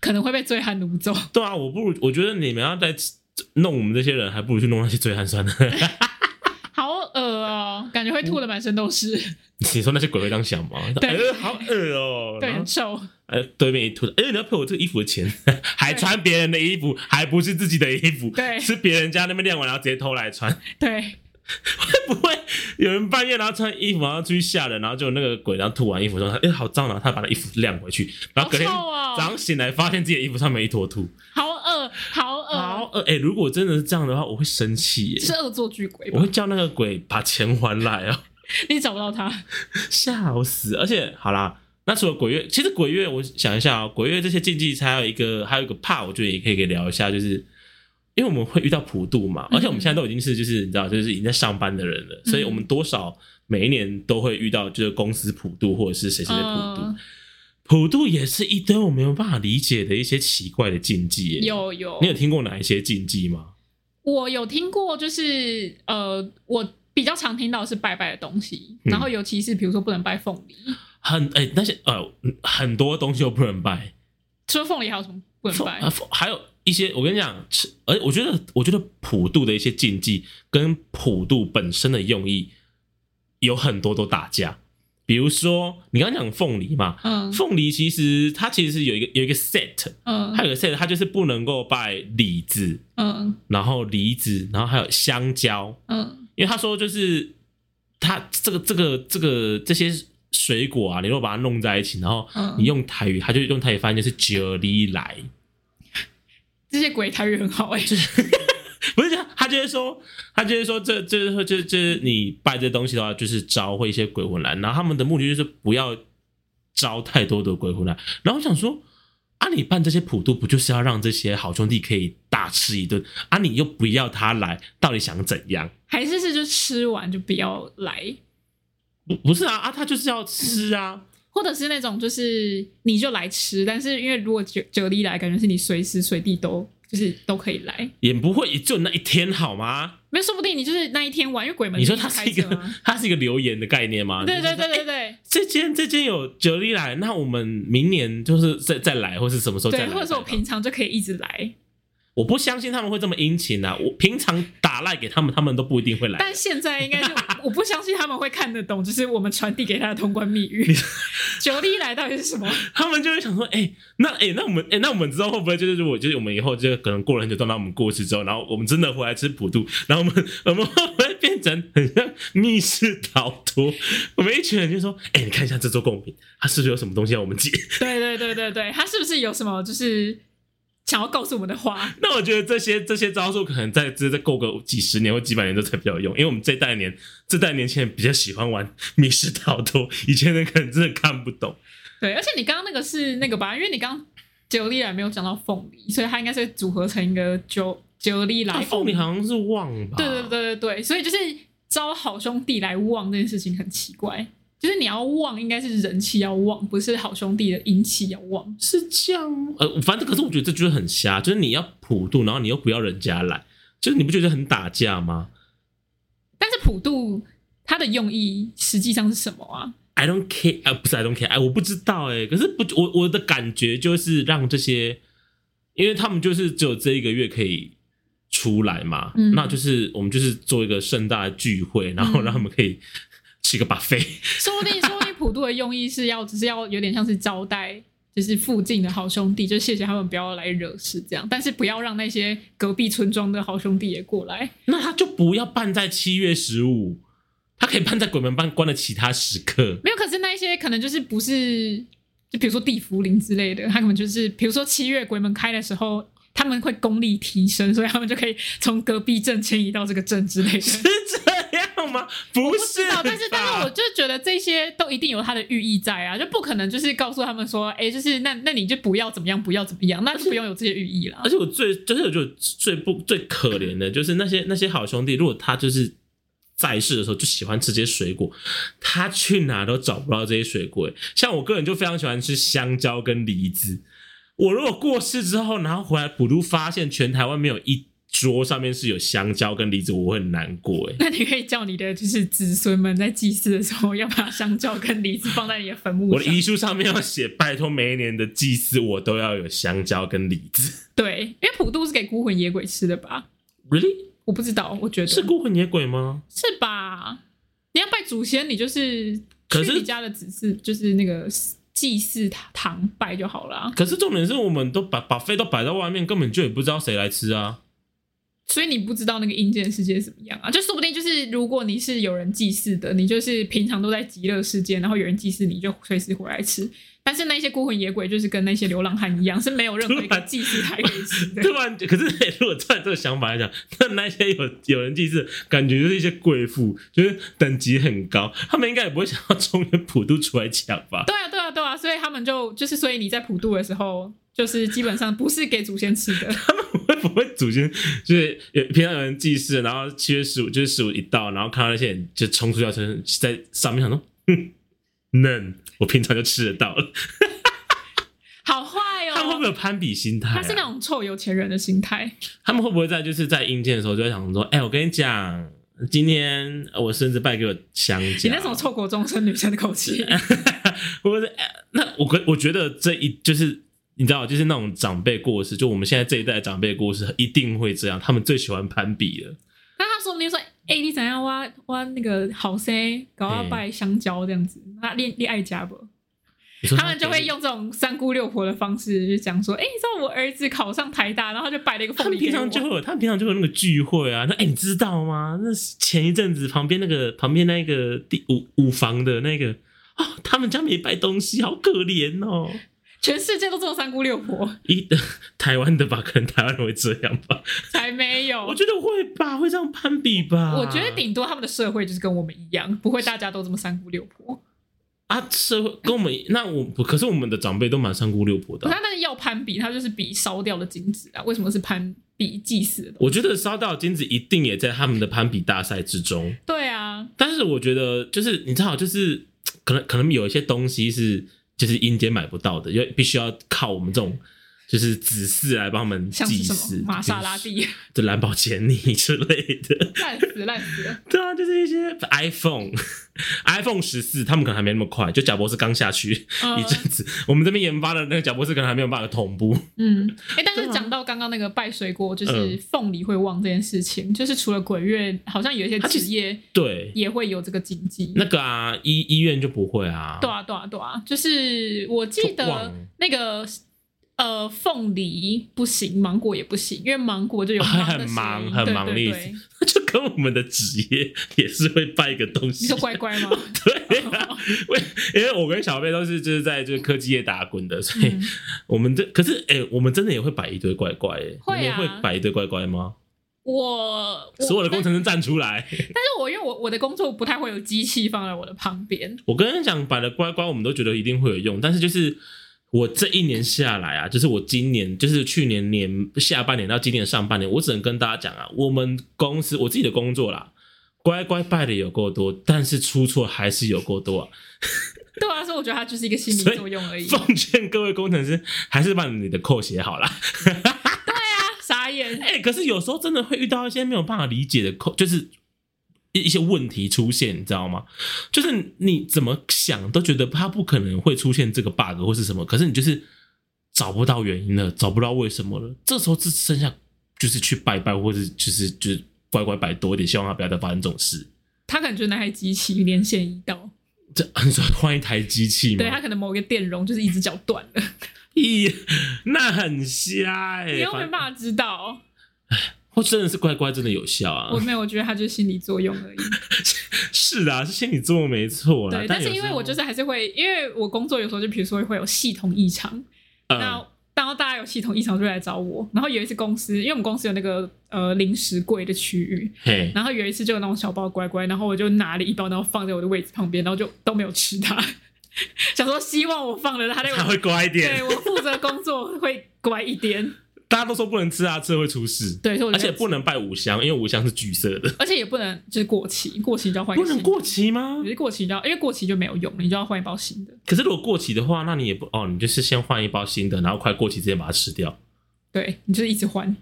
Speaker 2: 可能会被醉汉掳走。
Speaker 1: 对啊，我不如我觉得你们要在弄我们这些人，还不如去弄那些醉汉算了。
Speaker 2: 好恶哦，感觉会吐的满身都是，
Speaker 1: 你说那些鬼会这样想吗？
Speaker 2: 对
Speaker 1: 呃好恶哦、
Speaker 2: 对，
Speaker 1: 然后
Speaker 2: 很臭。
Speaker 1: 呃，对面一吐，哎、你要赔我这个衣服的钱， 还穿别人的衣服，还不是自己的衣服，
Speaker 2: 对
Speaker 1: 是别人家那边晾完然后直接偷来穿，
Speaker 2: 对，
Speaker 1: 不会有人半夜然后穿衣服然后出去吓人，然后就那个鬼然后吐完衣服之后，哎、好脏，然后他把那衣服晾回去，然后隔天
Speaker 2: 好臭哦
Speaker 1: 早上醒来发现自己的衣服上面有一坨吐，
Speaker 2: 好恶，好恶，
Speaker 1: 好恶，哎、如果真的是这样的话，我会生气耶
Speaker 2: 哦是。恶作剧鬼
Speaker 1: 我
Speaker 2: 吧
Speaker 1: 会？叫那个鬼把钱还来哦，
Speaker 2: 你找不到他，
Speaker 1: 吓死！而且好啦，那除了鬼月，其实鬼月我想一下啊、鬼月这些禁忌才有一个，还有一个怕，我觉得也可以给聊一下，就是因为我们会遇到普渡嘛，
Speaker 2: 嗯
Speaker 1: 而且我们现在都已经是就是你知道，就是已经在上班的人了，所以我们多少每一年都会遇到就是公司普渡或者是谁谁谁普渡
Speaker 2: 嗯，
Speaker 1: 普渡也是一堆我没有办法理解的一些奇怪的禁忌耶。
Speaker 2: 有有
Speaker 1: 你，有听过哪一些禁忌吗？
Speaker 2: 我有听过，就是呃，我比较常听到的是拜拜的东西，
Speaker 1: 嗯
Speaker 2: 然后尤其是比如说不能拜凤梨，
Speaker 1: 很哎、那些呃很多东西都不能拜，
Speaker 2: 除了凤梨还有什么不能拜
Speaker 1: 啊？还有一些，我跟你讲，吃，而我觉得，我觉得普渡的一些禁忌跟普渡本身的用意有很多都打架。比如说，你刚刚讲凤梨嘛，
Speaker 2: 嗯
Speaker 1: 凤梨其实它其实是有一个有一个 set，
Speaker 2: 嗯
Speaker 1: 它有个 set，它就是不能够拜李子，
Speaker 2: 嗯
Speaker 1: 然后梨子，然后还有香蕉，
Speaker 2: 嗯，
Speaker 1: 因为他说就是他这个这个这个这些水果啊，你如果把它弄在一起，然后
Speaker 2: 嗯
Speaker 1: 你用台语，他就用台语翻译就是“九里来”。
Speaker 2: 这些鬼台语很好哎，
Speaker 1: 不是，他就是说，他就是说这，这这这这，你拜这东西的话，就是招会一些鬼魂来，然后他们的目的就是不要招太多的鬼魂来。然后我想说，啊，你办这些普渡，不就是要让这些好兄弟可以大吃一顿？啊，你又不要他来，到底想怎样？
Speaker 2: 还是是就吃完就不要来，
Speaker 1: 不不是啊啊，他就是要吃啊，
Speaker 2: 或者是那种就是你就来吃，但是因为如果九九力来，感觉是你随时随地都就是都可以来，
Speaker 1: 也不会也就那一天好吗？
Speaker 2: 没有说不定你就是那一天玩，因为鬼门
Speaker 1: 你说
Speaker 2: 一直
Speaker 1: 它
Speaker 2: 开
Speaker 1: 是一
Speaker 2: 着
Speaker 1: 个
Speaker 2: 嘛，
Speaker 1: 它是一个留言的概念吗？
Speaker 2: 对
Speaker 1: 就是
Speaker 2: 对对
Speaker 1: 说
Speaker 2: 对对
Speaker 1: 这间这间有九里来，那我们明年就是再再来，或是什么时候
Speaker 2: 对，
Speaker 1: 再
Speaker 2: 对
Speaker 1: 来？
Speaker 2: 或者是我平常就可以一直来，
Speaker 1: 我不相信他们会这么殷勤啊！我平常打赖给他们，他们都不一定会来。
Speaker 2: 但现在应该就我不相信他们会看得懂，就是我们传递给他的通关密语，九力来到底是什么？
Speaker 1: 他们就会想说：“哎、那哎、那我们哎、那我们之后会不会就是如果就是我们以后就可能过了很久，等到我们过世之后，然后我们真的回来吃普渡，然后我们 我们会不会变成很像密室逃脱？我们一群人就说：哎、你看一下这周贡品，它是不是有什么东西要我们解？
Speaker 2: 对对对对对，他是不是有什么就是想要告诉我们的话？
Speaker 1: 那我觉得这些这些招数可能在这再过个几十年或几百年都才比较有用，因为我们这代年这代年轻人比较喜欢玩密室逃脱，以前人可能真的看不懂。
Speaker 2: 对，而且你刚刚那个是那个吧？因为你刚刚九力来没有讲到凤梨，所以它应该是组合成一个九九力来哦
Speaker 1: 啊，凤梨好像是旺吧？
Speaker 2: 对对对对对，所以就是招好兄弟来旺这件事情很奇怪，就是你要旺，应该是人气要旺，不是好兄弟的阴气要旺。
Speaker 1: 是这样吗。呃，反正可是我觉得这就是很瞎，就是你要普渡，然后你又不要人家来，就是你不觉得很打架吗？
Speaker 2: 但是普渡它的用意实际上是什么啊？
Speaker 1: I don't care 啊，不是 I don't care，哎，我不知道哎、可是不，我我的感觉就是让这些，因为他们就是只有这一个月可以出来嘛，
Speaker 2: 嗯
Speaker 1: 那就是我们就是做一个盛大的聚会，然后让他们可以吃个 buffet，
Speaker 2: 说不定，说不定普渡的用意是要，只是要有点像是招待，就是附近的好兄弟，就谢谢他们不要来惹事这样，但是不要让那些隔壁村庄的好兄弟也过来。
Speaker 1: 那他就不要办在七月十五，他可以办在鬼门关关的其他时刻。
Speaker 2: 没有，可是那一些可能就是不是，就比如说地茯苓之类的，他可能就是，比如说七月鬼门开的时候。他们会功力提升，所以他们就可以从隔壁镇迁移到这个镇之类的。
Speaker 1: 是这样 吗？不
Speaker 2: 不
Speaker 1: 是
Speaker 2: 知
Speaker 1: 吧，
Speaker 2: 道，但是但是我就觉得这些都一定有它的寓意在啊，就不可能就是告诉他们说，哎、就是那那你就不要怎么样，不要怎么 样，那就不用有这些寓意了
Speaker 1: 而。且我最就是我觉得最不最可怜的就是那些那些好兄弟，如果他就是在世的时候就喜欢吃这些水果，他去哪都找不到这些水果。像我个人就非常喜欢吃香蕉跟梨子，我如果过世之后，然后回来补录发现全台湾没有一桌上面是有香蕉跟梨子，我会很难过哎。
Speaker 2: 那你可以叫你的就是子孙们在祭祀的时候，要把香蕉跟梨子放在你的坟墓
Speaker 1: 我的
Speaker 2: 上。
Speaker 1: 遗书上面要写，拜托每一年的祭祀我都要有香蕉跟梨子。
Speaker 2: 对，因为普渡是给孤魂野鬼吃的吧？
Speaker 1: Really？
Speaker 2: 我不知道，我觉得
Speaker 1: 是孤魂野鬼吗？
Speaker 2: 是吧？你要拜祖先，你就是
Speaker 1: 可是
Speaker 2: 去你家的子嗣，就是那个祭祀堂拜就好了啊。
Speaker 1: 可是重点是我们都把把费都摆在外面，根本就也不知道谁来吃啊。
Speaker 2: 所以你不知道那个阴间世界怎么样啊？就说不定就是，如果你是有人祭祀的，你就是平常都在极乐世界，然后有人祭祀你就随时回来吃。但是那些孤魂野鬼就是跟那些流浪汉一样，是没有任何一个祭祀台可 以吃的
Speaker 1: 突。然，可是、如果照你这个想法来讲，那那些有有人祭祀，感觉就是一些贵妇，就是等级很高，他们应该也不会想要中原普渡出来抢吧？
Speaker 2: 对啊，对啊，对啊，所以他们就就是，所以你在普渡的时候，就是基本上不是给祖先吃的。
Speaker 1: 会不会祖先就是有平常有人祭祀，然后七月十五就是十五一到，然后看到那些人就冲出要车，在上面想说，哼，嫩，我平常就吃得到了，
Speaker 2: 啊好坏
Speaker 1: 他们会不
Speaker 2: 哦，
Speaker 1: 会有攀比心态、啊？
Speaker 2: 他是那种臭有钱人的心态。
Speaker 1: 他们会不会在就是在阴间的时候就在想说，哎、我跟你讲，今天呃我孙子拜给我香
Speaker 2: 你
Speaker 1: 蕉，
Speaker 2: 那种臭国中生女生的口气，
Speaker 1: 我是、哎那我跟我觉得这一就是你知道，就是那种长辈过世，就我们现在这一代的长辈过世一定会这样，他们最喜欢攀比了。
Speaker 2: 那他说不定说，哎、你怎样挖挖那个好生，搞要拜香蕉这样子，那你你爱家不？
Speaker 1: 你说
Speaker 2: 他们就会，用这种三姑六婆的方式，就讲说，哎、你知道我儿子考上台大，然后就摆了一个
Speaker 1: 他
Speaker 2: 凤
Speaker 1: 们
Speaker 2: 梨
Speaker 1: 平
Speaker 2: 给我
Speaker 1: 常。就会有，他们平常就会有那个聚会啊。那哎、你知道吗？那是前一阵子旁边那个旁边那个第五五房的那个哦，他们家没拜东西，好可怜哦。
Speaker 2: 全世界都这种三姑 六婆，
Speaker 1: 一台湾的吧，可能台湾人会这样吧。
Speaker 2: 才没有。
Speaker 1: 我觉啊得会吧，会这样攀比吧。
Speaker 2: 哦我觉得顶多他们的社会就是跟我们一样，不会大家都这么三姑六婆。
Speaker 1: 啊，社会跟我们 那我可是我们的长辈都蛮三姑六婆的
Speaker 2: 可
Speaker 1: 啊、
Speaker 2: 他那要攀比，他就是比烧掉的金子啊。为什么是攀比祭祀的东西？
Speaker 1: 我觉得烧到金子一定也在他们的攀比大赛之中，
Speaker 2: 对啊，
Speaker 1: 但是我觉得就是你知道，就是可能可能有一些东西是就是阴间买不到的，因为必须要靠我们这种就是子嗣来帮他们
Speaker 2: 像是
Speaker 1: 祭
Speaker 2: 什
Speaker 1: 祀
Speaker 2: 么玛莎 拉、蒂，
Speaker 1: 这兰博基尼之类的。
Speaker 2: 烂死烂死了。
Speaker 1: 对啊，就是一些 iPhone、iPhone 十四，他们可能还没那么快，就贾博士刚下去
Speaker 2: 嗯
Speaker 1: 一阵子， 我们这边研发的那个贾博士可能还没有办法同 步。
Speaker 2: 嗯，哎、但
Speaker 1: 对
Speaker 2: 是
Speaker 1: 啊
Speaker 2: 讲到刚刚那个拜水果，就
Speaker 1: 嗯
Speaker 2: 是凤梨会旺这件事情， 就是除了鬼月，好像有一些
Speaker 1: 它其
Speaker 2: 职
Speaker 1: 实
Speaker 2: 业
Speaker 1: 对，
Speaker 2: 也会有这个禁忌。
Speaker 1: 那个啊，医医院就不会啊。
Speaker 2: 对啊，对啊，对啊，就是我记
Speaker 1: 就
Speaker 2: 得
Speaker 1: 旺
Speaker 2: 那个呃，凤梨不行，芒果也不行，因为芒果就有
Speaker 1: 很
Speaker 2: 的
Speaker 1: 忙
Speaker 2: 声音
Speaker 1: 很
Speaker 2: 对
Speaker 1: 忙的
Speaker 2: 对
Speaker 1: 意
Speaker 2: 对，
Speaker 1: 就跟我们的职业也是会拜一个东
Speaker 2: 你
Speaker 1: 西
Speaker 2: 说。乖乖吗？
Speaker 1: 对啊，为因为我跟小贝都是就是在就是科技业打滚的，所以
Speaker 2: 嗯
Speaker 1: 我们这可是哎、我们真的也会摆一堆怪怪、欸，
Speaker 2: 会啊
Speaker 1: 你们会摆一堆怪怪吗？
Speaker 2: 我我
Speaker 1: 所有的工
Speaker 2: 但
Speaker 1: 程师站出来。
Speaker 2: 但是我因为我我的工作不太会有机器放在我的旁边，
Speaker 1: 我跟你讲，摆的乖乖，我们都觉得一定会有用，但是就是我这一年下来啊，就是我今年，就是去年年下半年到今年上半年，我只能跟大家讲啊，我们公司我自己的工作啦，乖乖拜的有够多，但是出错还是有够多啊。
Speaker 2: 对我来说，我觉得它就是一个心
Speaker 1: 所以
Speaker 2: 理作用而已。啊
Speaker 1: 奉劝各位工程师，还是把你的扣写好啦。
Speaker 2: 傻眼，
Speaker 1: 哎、可是有时候真的会遇到一些没有办法理解的扣，就是一一些问题出现，你知道吗？就是你怎么想都觉得它不可能会出现这个 bug 或是什么，可是你就是找不到原因了，找不到为什么了。这时候只剩下就是去拜拜，或是就是就是乖乖摆多一点，希望它不要再发生这种事。
Speaker 2: 他可能觉得那台机器连线已到，
Speaker 1: 这你说换一台机器吗？
Speaker 2: 对他可能某一个电容就是一只脚断了，
Speaker 1: 咦，那很瞎哎、
Speaker 2: 你又没
Speaker 1: 反
Speaker 2: 办法知道。
Speaker 1: 或真的是乖乖真的有效啊
Speaker 2: 我？没有，我觉得他就是心理作用 而已。
Speaker 1: 是啊，是心理作用没错啦。
Speaker 2: 对，但是
Speaker 1: 有时
Speaker 2: 因为
Speaker 1: 候
Speaker 2: 我就是还是会，因为我工作有时候就比如说会有系统异常，
Speaker 1: 嗯
Speaker 2: 那然后大家有系统异常就会来找我。然后有一次公司，因为我们公司有那个呃零食柜的区域，
Speaker 1: 嘿，
Speaker 2: 然后有一次就有那种小包乖乖，然后我就拿了一包，然后放在我的位置旁边，然后就都没有吃它， 想说希望我放了它，
Speaker 1: 他
Speaker 2: 但
Speaker 1: 会
Speaker 2: 我
Speaker 1: 乖一
Speaker 2: 对
Speaker 1: 点。
Speaker 2: 我负责工作会乖一点，
Speaker 1: 大家都说不能吃啊，吃了会出事。
Speaker 2: 对，所以我
Speaker 1: 而
Speaker 2: 就没
Speaker 1: 且
Speaker 2: 有
Speaker 1: 不能拜五香，因为五香是橘色的，
Speaker 2: 而且也不能就是过期，过期就要换一
Speaker 1: 不
Speaker 2: 个
Speaker 1: 能
Speaker 2: 新的。
Speaker 1: 过期吗
Speaker 2: 可？是过期就要，因为过期就没有用了，你就要换一包新的。
Speaker 1: 可是如果过期的话，那你也不哦，你就是先换一包新的，然后快过期之前把它吃掉。
Speaker 2: 对，你就是一直换。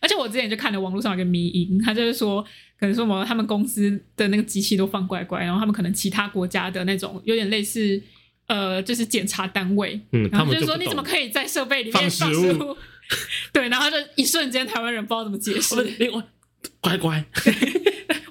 Speaker 2: 而且我之前就看了网络上有个迷因，他就是说，可能说什么他们公司的那个机器都放乖乖，然后他们可能其他国家的那种有点类似，呃，就是检查单位，
Speaker 1: 嗯
Speaker 2: 然
Speaker 1: 他
Speaker 2: 后
Speaker 1: 们
Speaker 2: 就
Speaker 1: 就
Speaker 2: 说
Speaker 1: 不
Speaker 2: 你
Speaker 1: 懂
Speaker 2: 怎么可以在设备里面
Speaker 1: 放
Speaker 2: 放
Speaker 1: 食
Speaker 2: 食
Speaker 1: 物
Speaker 2: 物？ 对，然后就一瞬间台湾人不知道怎么解
Speaker 1: 哦，不
Speaker 2: 释，
Speaker 1: 另外乖 乖，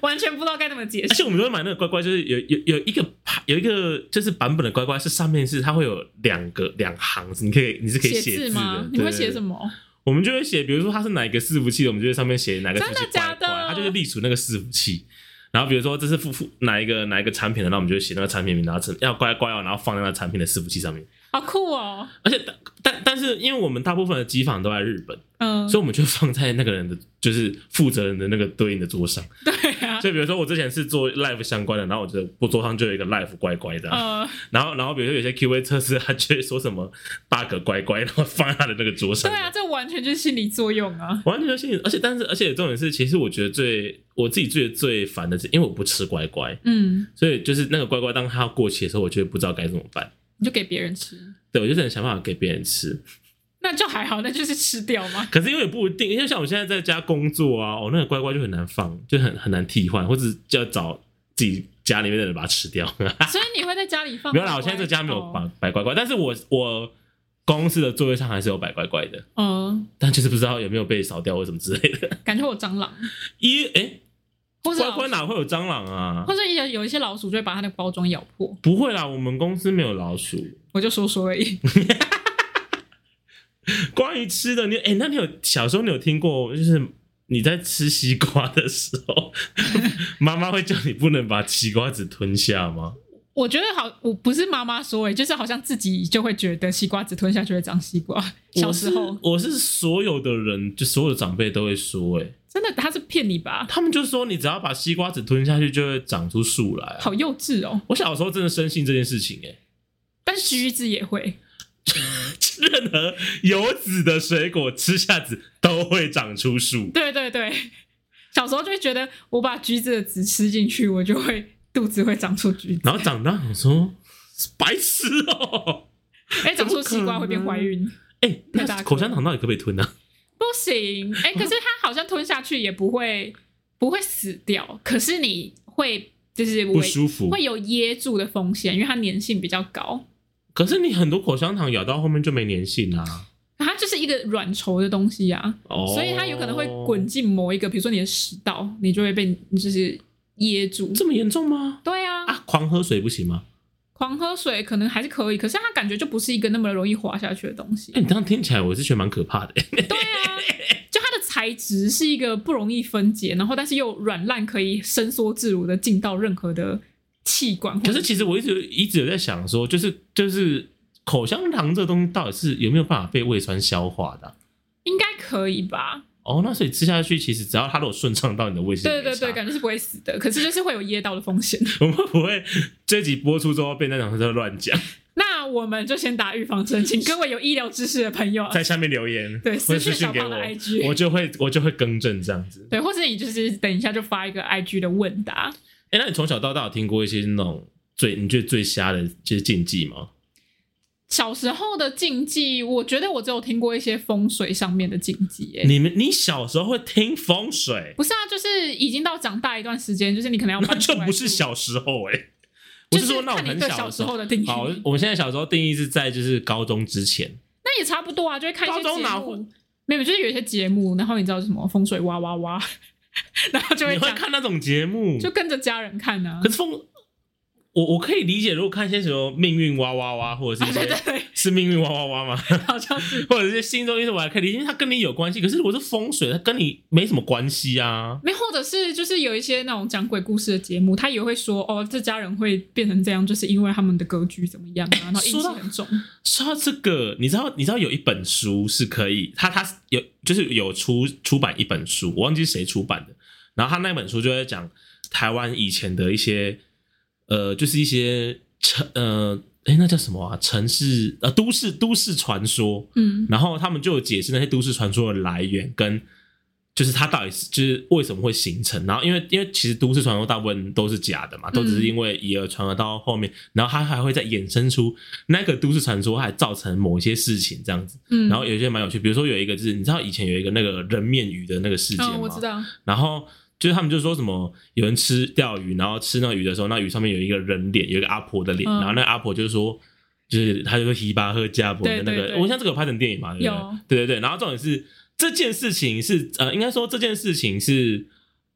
Speaker 2: 完全不知道该怎么解
Speaker 1: 而
Speaker 2: 释。
Speaker 1: 且我们都会买那个乖乖，就是有有有一个牌，有一个就是版本的乖乖，是上面是它会有两个两行，你可以你是可以
Speaker 2: 写
Speaker 1: 字
Speaker 2: 吗
Speaker 1: 的。？
Speaker 2: 你会
Speaker 1: 对
Speaker 2: 写什？么？
Speaker 1: 我们就会写，比如说它是哪一个伺服器的，我们就在上面写哪个伺服器
Speaker 2: 真的假的
Speaker 1: 乖乖它就是隶属那个伺服器。然后比如说这是付付哪一个哪一个产品的，那我们就会写那个产品名，然后成要乖乖哦，然后放在那个产品的伺服器上面。
Speaker 2: 好酷哦！
Speaker 1: 而且但但但是，因为我们大部分的机房都在日本，
Speaker 2: 嗯，
Speaker 1: 所以我们就放在那个人的就是负责人的那个对应的桌上。
Speaker 2: 对啊，
Speaker 1: 所以比如说我之前是做 live 相关的，然后我的桌上就有一个 live 乖乖的啊，
Speaker 2: 呃，
Speaker 1: 然后然后比如说有些 QA 测试，他就会说什么 bug 乖乖，然后放在他的那个桌上
Speaker 2: 对。啊，这完全就是心理作用啊。
Speaker 1: 完全信，而且但是而且重点是，其实我觉得最我自己最最烦的是，因为我不吃乖乖，
Speaker 2: 嗯，
Speaker 1: 所以就是那个乖乖当它要过期的时候，我就会不知道该怎么办。
Speaker 2: 你就给别人吃。
Speaker 1: 对，我就只能想办法给别人吃。
Speaker 2: 那就还好，那就是吃掉 嘛。
Speaker 1: 可是因为也不一定，因为像我现在在家工作啊，我、那个乖乖就很难放，就很很难替换，或者就要找自己家里面的人把它吃掉。
Speaker 2: 所以你会在家里放乖乖？
Speaker 1: 没有啦，我现在在家没有摆摆哦乖乖，但是我我公司的座位上还是有摆乖乖的，
Speaker 2: 哦。
Speaker 1: 但就是不知道有没有被扫掉或什么之类的。
Speaker 2: 嗯，感觉有蟑螂，
Speaker 1: 一诶，
Speaker 2: 或者
Speaker 1: 乖乖哪会有蟑螂啊
Speaker 2: 或？者有有一些老鼠就会把它的包装咬破。
Speaker 1: 不会啦，我们公司没有老鼠。
Speaker 2: 我就说说 而已。
Speaker 1: 关于吃的，你哎、那你有小时候你有听过，就是你在吃西瓜的时候， 妈妈会叫你不能把西瓜籽吞下吗？
Speaker 2: 我觉得好，我不是妈妈说哎、就是好像自己就会觉得西瓜只吞下去会长西瓜。小时候
Speaker 1: 我是我是所有的人，就所有的长辈都会说、哎，
Speaker 2: 真的他是骗你吧？
Speaker 1: 他们就说你只要把西瓜籽吞下去，就会长出树来、啊。
Speaker 2: 好幼稚哦、
Speaker 1: 我小时候真的深信这件事情、欸，
Speaker 2: 但是橘子也会，
Speaker 1: 任何有籽的水果吃下籽都会长出树。
Speaker 2: 对对对， 小时候就会觉得我把橘子的籽吃进去，我就会肚子会长出 橘子，
Speaker 1: 然后长大想说，白痴哦、
Speaker 2: 哎、长出西瓜会变怀孕。
Speaker 1: 哎、
Speaker 2: 太大
Speaker 1: 那
Speaker 2: 颗
Speaker 1: 口香糖到底可不可以吞啊？
Speaker 2: 不 行，哎、可是它好像吞下去也不会不会死掉，可是你会就是
Speaker 1: 不
Speaker 2: 会
Speaker 1: 舒服。
Speaker 2: 会有噎住的风险，因为它粘性比较高，
Speaker 1: 可是你很多口香糖咬到后面就没粘性啊啦、
Speaker 2: 它就是一个软稠的东西啊，
Speaker 1: 哦，
Speaker 2: 所以它有可能会滚，进某一个，比如说你的食道，你就会被就是噎住。
Speaker 1: 这么严重吗？
Speaker 2: 对啊，
Speaker 1: 啊，狂喝水不行吗？
Speaker 2: 狂喝水可能还是可以，可是它感觉就不是一个那么容易滑下去的东西
Speaker 1: 哎、。你这样听起来我是觉得蛮可怕的、
Speaker 2: 对啊，就它的材质是一个不容易分解，然后但是又软烂，可以伸缩自如的进到任何的器官。
Speaker 1: 可是其实我一直一直有在想说，就是就是口香糖这东西到底是有没有办法被胃酸消化的啊、
Speaker 2: 应该可以吧？
Speaker 1: 哦，那所以吃下去，其实只要它都有顺畅到你的胃，其实
Speaker 2: 对
Speaker 1: 没
Speaker 2: 对
Speaker 1: 差
Speaker 2: 对，。感觉是不会死的，可是就是会有噎到的 风险。
Speaker 1: 我们会不会这集播出之后被那两个在乱讲，
Speaker 2: 那我们就先打预防针，请各位有医疗知识的朋友啊，
Speaker 1: 在下面留言，
Speaker 2: 对
Speaker 1: 或者
Speaker 2: 私讯
Speaker 1: 私信
Speaker 2: 小
Speaker 1: 给
Speaker 2: 胖的
Speaker 1: 我，
Speaker 2: IG
Speaker 1: 我就会我就会更正这样子。
Speaker 2: 对，或者你就是等一下就发一个 IG 的问答。
Speaker 1: 哎、那你从小到大有听过一些那种最你觉得最瞎的就是禁忌吗？
Speaker 2: 小时候的禁忌，我觉得我只有听过一些风水上面的禁忌、欸，
Speaker 1: 你们你小时候会听风水，
Speaker 2: 不是啊，就是已经到长大一段时间，就是你可能要
Speaker 1: 那
Speaker 2: 搬出
Speaker 1: 就
Speaker 2: 来
Speaker 1: 不是
Speaker 2: 住
Speaker 1: 小时候哎、不
Speaker 2: 就是
Speaker 1: 说那我
Speaker 2: 看你
Speaker 1: 很
Speaker 2: 对
Speaker 1: 小
Speaker 2: 小
Speaker 1: 的
Speaker 2: 时
Speaker 1: 时候。
Speaker 2: 候的定义，
Speaker 1: 好，我我现在小时候定义是在就是高中之前，
Speaker 2: 那也差不多啊，就会看一些
Speaker 1: 高中
Speaker 2: 节
Speaker 1: 哪
Speaker 2: 目
Speaker 1: 会
Speaker 2: 没有，就是有一些节目，然后你知道是什么风水哇哇哇， 然后就
Speaker 1: 你
Speaker 2: 这
Speaker 1: 会
Speaker 2: 样，
Speaker 1: 看那种节目，
Speaker 2: 就跟着家人看呢、啊
Speaker 1: 可。是风，我我可以理解，如果看一些什么命运哇哇哇，或者是
Speaker 2: 啊
Speaker 1: 一
Speaker 2: 对
Speaker 1: 些、
Speaker 2: 对对，
Speaker 1: 是命运哇哇哇吗？
Speaker 2: 好像是
Speaker 1: 或者是心中因素，我还可以理解，因为它跟你有关系。可是如果是风水，它跟你没什么关系啊。
Speaker 2: 没，或者是就是有一些那种讲鬼故事的节目，他也会说哦，这家人会变成这样，就是因为他们的格局怎么样啊，然后阴气
Speaker 1: 说到
Speaker 2: 很重。
Speaker 1: 说到这个，你知道你知道有一本书是可以，它它有就是有出出版一本书，我忘记是谁出版的。然后他那本书就在讲台湾以前的一些呃，就是一些城呃，哎，那叫什么啊？城市呃，都市都市传说。
Speaker 2: 嗯，
Speaker 1: 然后他们就有解释那些都市传说的来源跟。就是它到底是就是为什么会形成？然后因为因为其实都市传说大部分都是假的嘛，都只
Speaker 2: 嗯
Speaker 1: 是因为以讹传讹到后面，然后它还会再衍生出那个都市传说，还造成某些事情这样子。
Speaker 2: 嗯，
Speaker 1: 然后有一些蛮有趣，比如说有一个就是你知道以前有一个那个人面鱼的那个事件吗？
Speaker 2: 嗯，我知道，
Speaker 1: 然后就是他们就说什么有人吃钓鱼，然后吃那个鱼的时候，那鱼上面有一个人脸，有一个阿婆的脸，
Speaker 2: 嗯
Speaker 1: 然后那个阿婆就说，就是他就说提巴喝加婆的
Speaker 2: 对
Speaker 1: 那
Speaker 2: 对
Speaker 1: 个，
Speaker 2: 对
Speaker 1: 我像这个有拍成电影嘛，对不
Speaker 2: 有
Speaker 1: 对？对对对，然后重点是这件事情是呃，应该说这件事情是。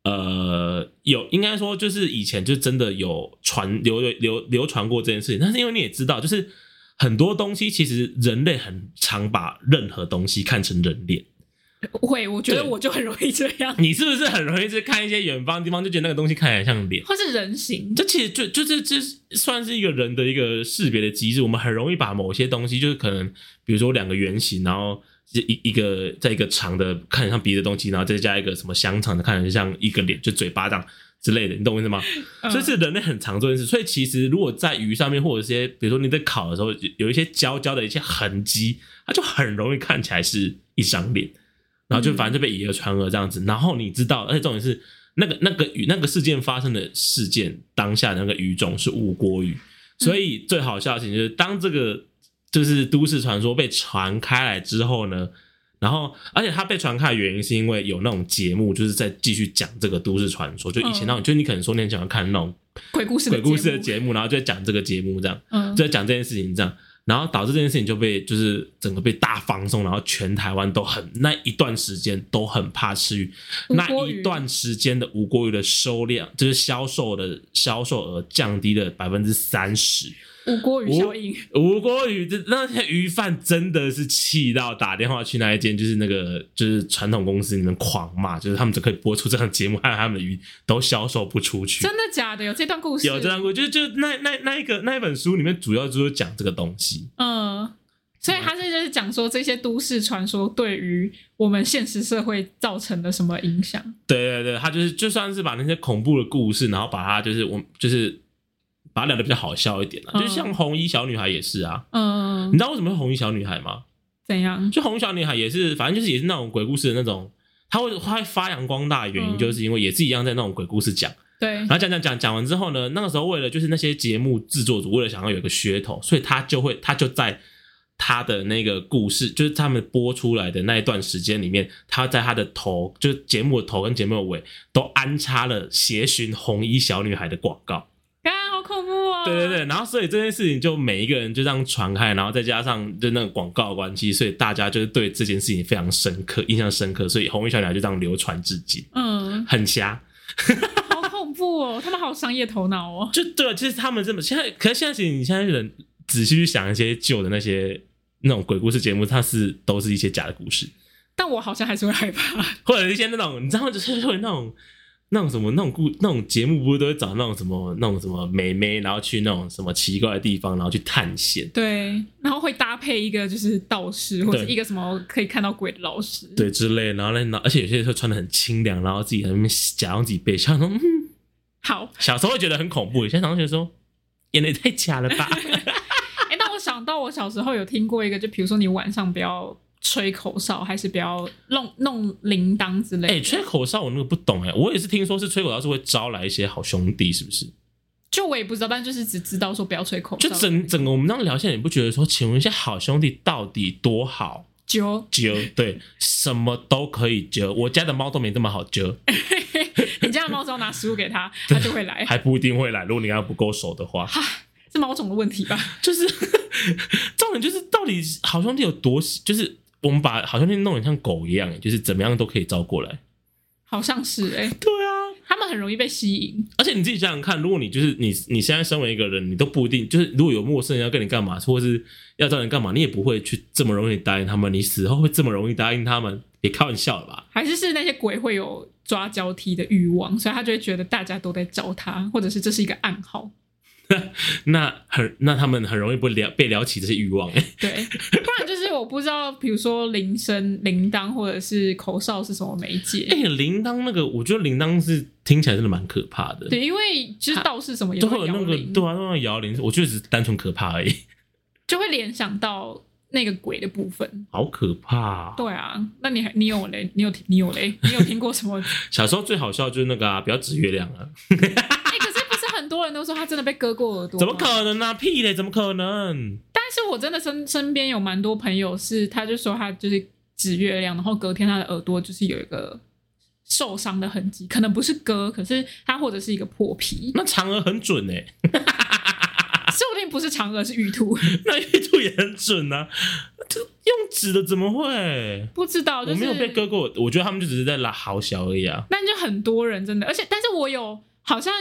Speaker 1: 呃，有应该说就是以前就真的有传流流流传过这件事情，但是因为你也知道，就是很多东西其实人类很常把任何东西看成人脸，
Speaker 2: 会，我觉得
Speaker 1: 对
Speaker 2: 我就很容易这样，
Speaker 1: 你是不是很容易是看一些远方的地方就觉得那个东西看起来像脸？
Speaker 2: 或是人形，
Speaker 1: 这其实就就这这算是一个人的一个识别的机制，我们很容易把某些东西，就是可能比如说两个圆形，然后一一个在一个长的看起来像鼻子的东西，然后再加一个什么香肠的，看起来像一个脸，就嘴巴这样之类的，你懂我意思吗？
Speaker 2: 嗯
Speaker 1: 所以是人类很常做的事。所以其实如果在鱼上面或者一些，比如说你在烤的时候，有有一些焦焦的一些痕迹，它就很容易看起来是一张脸，然后就反正就被以讹传讹这样子。然后你知道，而哎且重点是那个那个鱼那个事件发生的事件当下的那个鱼种是无锅鱼，所以最好笑的事情就是当这个就是都市传说被传开来之后呢。然后，而且它被传开的原因是因为有那种节目，就是在继续讲这个都市传说。就以前那
Speaker 2: 嗯
Speaker 1: 种，就你可能说你很喜欢看那种
Speaker 2: 鬼故事的
Speaker 1: 鬼故事的
Speaker 2: 目
Speaker 1: 节目，然后就在讲这个节目这样，
Speaker 2: 嗯，
Speaker 1: 就在讲这件事情这样，然后导致这件事情就被就是整个被大放松，然后全台湾都很那一段时间都很怕吃鱼，
Speaker 2: 无
Speaker 1: 那
Speaker 2: 锅鱼
Speaker 1: 一段时间的无锅鱼的收量就是销售的销售额降低了百分之三十，
Speaker 2: 五锅鱼效应，
Speaker 1: 无锅鱼这那些鱼贩真的是气到打电话去那一间，就是那个就是传统公司里面狂骂，就是他们只可以播出这样的节目，还有他们的鱼都销售不出去，
Speaker 2: 真的假的？有这段故事？
Speaker 1: 有这样过，就就那那那一个那一本书里面主要就是讲这个东西，
Speaker 2: 嗯，所以他是就是讲说这些都市传说对于我们现实社会造成的什么影响？
Speaker 1: 对对对，他就是就算是把那些恐怖的故事，然后把它就是我就是把它聊的比较好笑一点了、
Speaker 2: 嗯
Speaker 1: 就像红衣小女孩也是啊，你
Speaker 2: 嗯
Speaker 1: 知，道为什么会红衣小女孩吗？
Speaker 2: 怎样？
Speaker 1: 就红衣小女孩也是，反正就是也是那种鬼故事的那种。她会她会发扬光大的原因，
Speaker 2: 嗯
Speaker 1: 就是因为也是一样在那种鬼故事讲，
Speaker 2: 对
Speaker 1: 然，后讲讲讲讲完之后呢，那个时候为了就是那些节目制作组为了想要有一个噱头，所以他就会他就在他的那个故事，就是他们播出来的那一段时间里面，他在他的头，就是节目的头跟节目的尾都安插了协寻红衣小女孩的广告。
Speaker 2: 啊，好恐怖哦！
Speaker 1: 对对对，然后所以这件事情就每一个人就这样传开，然后再加上就那个广告的关系，所以大家就是对这件事情非常深刻，印象深刻，所以红衣小女孩就这样流传至今，
Speaker 2: 嗯，
Speaker 1: 很瞎。
Speaker 2: 好恐怖哦！ 他们好商业头脑哦。
Speaker 1: 就对，啊其实他们这么现在，可是现在其实你现在人仔细去想一些旧的那些那种鬼故事节目，它是都是一些假的故事，
Speaker 2: 但我好像还是会害怕。
Speaker 1: 或者一些那种你知道就是会那种那种什么那种故那种节目，不是都会找那种什么那种什么美眉，然后去那种什么奇怪的地方，然后去探险。
Speaker 2: 对，然后会搭配一个就是道士或者
Speaker 1: 对
Speaker 2: 一个什么可以看到鬼的老师。，
Speaker 1: 对之类，然后呢，然后而且有些时候穿的很清凉，然后自己在那边假装自己被吓，说嗯，
Speaker 2: 好，
Speaker 1: 小时候会觉得很恐怖，现在常常觉得说演的也太假了吧。
Speaker 2: 哎，但我想到我小时候有听过一个，就比如说你晚上不要吹口哨，还是不要弄弄铃铛之类的。
Speaker 1: 哎、吹口哨我那个不懂哎、我也是听说是吹口哨是会招来一些好兄弟，是不是？
Speaker 2: 就我也不知道，但就是只知道说不要吹口
Speaker 1: 就
Speaker 2: 哨。
Speaker 1: 整整个我们这样聊下来，你不觉得说，请问一下，好兄弟到底多好？
Speaker 2: 揪，
Speaker 1: 揪对，什么都可以揪。我家的猫都没这么好揪，
Speaker 2: 你家的猫只要拿食物给它，它就会来，
Speaker 1: 还不一定会来。如果你跟它不够熟的话，
Speaker 2: 是猫种的问题吧？
Speaker 1: 就是 重点就是到底好兄弟有多喜，就是我们把好兄弟弄得像狗一样，就是怎么样都可以招过来。
Speaker 2: 好像是哎、欸，
Speaker 1: 对啊，
Speaker 2: 它们很容易被吸引。
Speaker 1: 而且你自己想想看，如果你就是你，你现在身为一个人，你都不一定就是如果有陌生人要跟你干嘛，或是要找你干嘛，你也不会去这么容易答应他们。你死后会这么容易答应他们？别开玩笑了吧？
Speaker 2: 还是是那些鬼会有抓交替的欲望，所以他就会觉得大家都在找他，或者是这是一个暗号。
Speaker 1: 那很那他们很容易不聊被聊起这些欲望、欸。
Speaker 2: 对，不然就是我不知道，比如说铃声、铃铛或者是口哨是什么媒
Speaker 1: 哎、
Speaker 2: 介。
Speaker 1: 铃铛那个，我觉得铃铛是听起来真的蛮可怕的。，
Speaker 2: 对，因为就是道士什么也
Speaker 1: 就会
Speaker 2: 会
Speaker 1: 有
Speaker 2: 摇
Speaker 1: 那个
Speaker 2: 铃，
Speaker 1: 对啊，那种摇铃，我觉得只是单纯可怕而已，
Speaker 2: 就会联想到那个鬼的部分。
Speaker 1: 好可怕啊、
Speaker 2: 对啊，那你还你有嘞？你有你有嘞？你有听过什么？
Speaker 1: 小时候最好笑就是那个啊，不要指月亮啊，
Speaker 2: 哎、可是不是很多人都说他真的被割过耳朵？
Speaker 1: 怎么？可能啊？屁嘞，怎么可能？
Speaker 2: 但是我真的身身边有蛮多朋友是，他就说他就是指月亮，然后隔天他的耳朵就是有一个受伤的痕迹，可能不是割，可是他或者是一个破 皮，
Speaker 1: 那嫦娥很准哎、欸，
Speaker 2: 说不定不是嫦娥是玉兔，
Speaker 1: 那玉兔也很准啊，这用指的怎么会？
Speaker 2: 不知道哦就
Speaker 1: 我
Speaker 2: 是
Speaker 1: 没有被割过，我觉得他们就只是在拉好小而已啊。
Speaker 2: 但就很多人真的，而且但是我有好像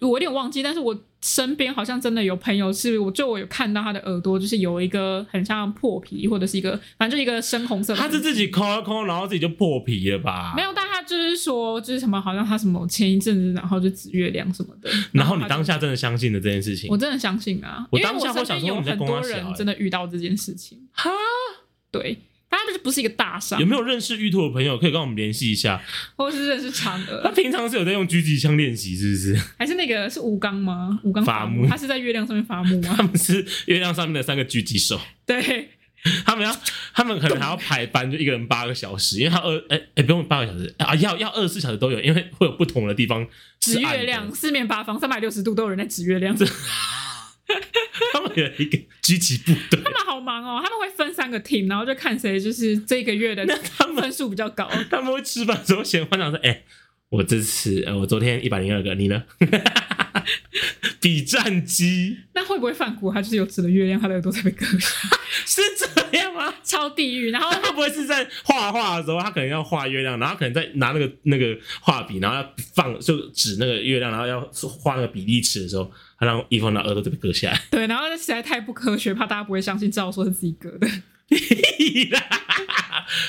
Speaker 2: 我有点忘记，但是我身边好像真的有朋友是，我就我有看到他的耳朵就是有一个很像破皮或者是一个反正就一个深红色的
Speaker 1: 他
Speaker 2: 东
Speaker 1: 是
Speaker 2: 西，
Speaker 1: 自己抠一抠，然后自己就破皮了吧？
Speaker 2: 没有，但他就是说就是什么好像他什么前一阵子然后就指月亮什么的，
Speaker 1: 然后你
Speaker 2: 他就
Speaker 1: 当下真的相信了这件事情
Speaker 2: 我，真的相信啊，
Speaker 1: 我
Speaker 2: 因为
Speaker 1: 当下会
Speaker 2: 我
Speaker 1: 想说
Speaker 2: 身边有
Speaker 1: 你在
Speaker 2: 很
Speaker 1: 跟我
Speaker 2: 多
Speaker 1: 小
Speaker 2: 人
Speaker 1: 欸
Speaker 2: 真的遇到这件事情，
Speaker 1: 哈，
Speaker 2: 对，他就是不是一个大伤
Speaker 1: 有，没有认识玉兔的朋友可以跟我们联系一下？
Speaker 2: 或是认识嫦
Speaker 1: 他
Speaker 2: 娥，
Speaker 1: 平常是有在用狙击枪练习，是不是？
Speaker 2: 还是那个是吴刚吗？吴刚
Speaker 1: 伐
Speaker 2: 伐
Speaker 1: 木
Speaker 2: 他是在月亮上面伐木吗
Speaker 1: 他？们是月亮上面的三个狙击手，
Speaker 2: 对，
Speaker 1: 他们要，他们可能还要排班，就一个人八个小时，因为他二，哎、哎、不用八个小时啊，要要二十四小时都有，因为会有不同的地方
Speaker 2: 指
Speaker 1: 是暗的
Speaker 2: 月亮，，四面八方，三百六十度都有人在指月亮，他
Speaker 1: 他们有一个狙击部队，
Speaker 2: 们好忙哦，他们会分三个 team，然后就看谁就是这个月的
Speaker 1: 那他们
Speaker 2: 分数比较高。
Speaker 1: 他们会吃饭的时候闲话讲说，哎、我这次呃，我昨天一百零二个，你呢？ 比战机
Speaker 2: 那会不会犯苦？他就是有指了月亮，他的耳朵才被割，
Speaker 1: 是这样吗？
Speaker 2: 超地狱。然后
Speaker 1: 他会不会是在画画的时候，他可能要画月亮，然后他可能在拿那个那个画笔，然后要放就指那个月亮，然后要画那个比例尺的时候，他让伊芙娜耳朵就被割下来。
Speaker 2: 对，然后实在太不科学，怕大家不会相信，知道说是自己割 的。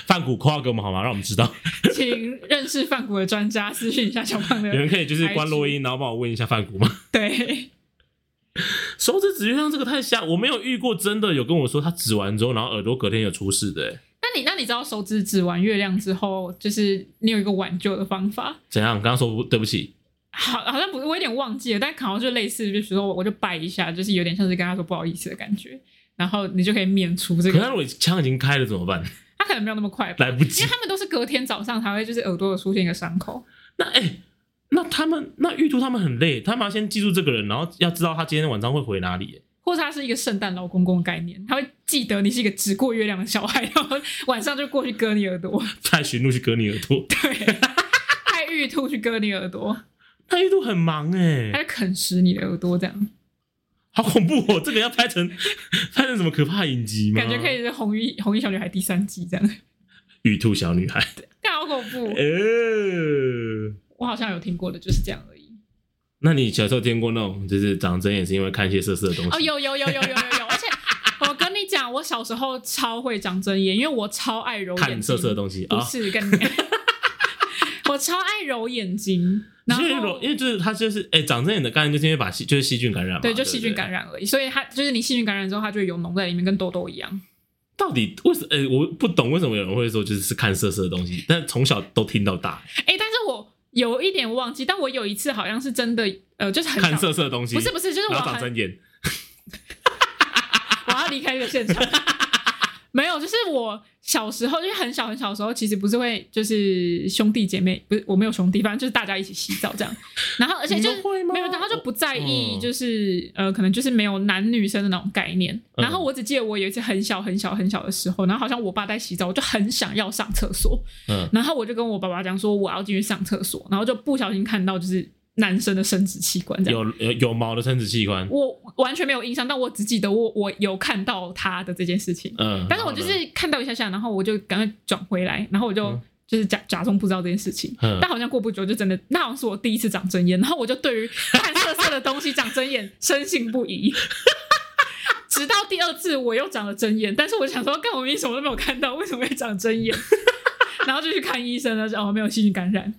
Speaker 1: 范谷括号给我们好吗？让我们知 道，
Speaker 2: 请认识范谷的专家私讯一下小胖
Speaker 1: 有人
Speaker 2: 的。
Speaker 1: 可以就是关录音，然后帮我问一下范谷 吗？
Speaker 2: 对，
Speaker 1: 手指指月亮这个太吓，我没有遇过真的有跟我说他指完之后，然后耳朵隔天有出事的、欸
Speaker 2: 那你那你知道手指指完月亮之后，就是你有一个挽救的方法，
Speaker 1: 怎样？刚刚说不对不起，
Speaker 2: 好好像不我有点忘记了，但好像就类似，就比如说我我就拜一下，就是有点像是跟他说不好意思的感觉，然后你就可以免除这
Speaker 1: 可是
Speaker 2: 个。
Speaker 1: 我枪已经开了怎么 办？
Speaker 2: 他可能没有那么快吧，
Speaker 1: 来不
Speaker 2: 因
Speaker 1: 及
Speaker 2: 为。他们都是隔天早上才会就是耳朵有出现一个伤口。
Speaker 1: 那哎、那他们那玉兔他们很累，他们要先记住这个人，然后要知道他今天晚上会回哪里、欸
Speaker 2: 或者他是一个圣诞老公公的概念，他会记得你是一个只过月亮的小孩，然后晚上就过去割你耳朵。
Speaker 1: 派驯鹿去割你耳朵。
Speaker 2: 对，爱玉兔去割你耳朵，
Speaker 1: 那玉兔很忙哎、
Speaker 2: 它就啃食你的耳朵，这样
Speaker 1: 好恐怖哦！这个要拍成 拍成什么可怕影集吗？
Speaker 2: 感觉可以是《红衣红衣小女孩》第三季这样，
Speaker 1: 玉兔小女孩。
Speaker 2: 但好恐怖。
Speaker 1: 呃，
Speaker 2: 我好像有听过的，就是这样而已。
Speaker 1: 那你小时候听过那种就是长针眼是因为看一些色色的东西？
Speaker 2: 哦，有有有有有有有，而且我跟你讲，我小时候超会长针眼，因为我超爱揉眼睛。
Speaker 1: 看色色的东西
Speaker 2: 不
Speaker 1: 啊。
Speaker 2: 是跟你，我超爱揉眼睛，然
Speaker 1: 因为
Speaker 2: 后
Speaker 1: 柔因为就是它就是哎、长针眼的概念就是因为把细就是细菌感染嘛，
Speaker 2: 对，
Speaker 1: 对，
Speaker 2: 就细菌感
Speaker 1: 染。
Speaker 2: 染而已。所以它就是你细菌感染之后，它就会有脓在里面，跟痘痘一样。
Speaker 1: 到底为什呃、我不懂为什么有人会说就是是看色色的东西，但从小都听到大，
Speaker 2: 哎、但是我有一点忘记，但我有一次好像是真的，呃，就是很
Speaker 1: 看
Speaker 2: 小
Speaker 1: 色色的东西，
Speaker 2: 不是不是，就是我
Speaker 1: 然后长
Speaker 2: 很
Speaker 1: 针眼，
Speaker 2: 我要离开这个现场。 没有，就是我小时候，就是很小很小的时候，其实不是会就是兄弟姐妹，不是我没有兄弟，反正就是大家一起洗澡这样。然后而且就
Speaker 1: 你们会吗
Speaker 2: 没有，然后就不在意，
Speaker 1: 嗯
Speaker 2: 就是、呃，可能就是没有男女生的那种概念。
Speaker 1: 嗯
Speaker 2: 然后我只记得我有一次很小很小很小的时候，然后好像我爸在洗澡，我就很想要上厕所，
Speaker 1: 嗯，
Speaker 2: 然后我就跟我爸爸讲说我要进去上厕所，然后就不小心看到就是男生的生殖器官这样。
Speaker 1: 有有有毛的生殖器官，
Speaker 2: 我完全没有印象，但我只记得我我有看到他的这件事情。
Speaker 1: 嗯，
Speaker 2: 但是我就是看到一下下，然后我就赶快转回来，然后我就、
Speaker 1: 嗯
Speaker 2: 就是假假装不知道这件事情。
Speaker 1: 嗯
Speaker 2: 但好像过不久就真的，那好像是我第一次长真眼，然后我就对于看色色的东西长真眼深信不疑。 直到第二次我又长了真眼，但是我想说，干我明明什么都没有看到，为什么会长真眼？ 然后就去看医生了，然后没有细菌感染。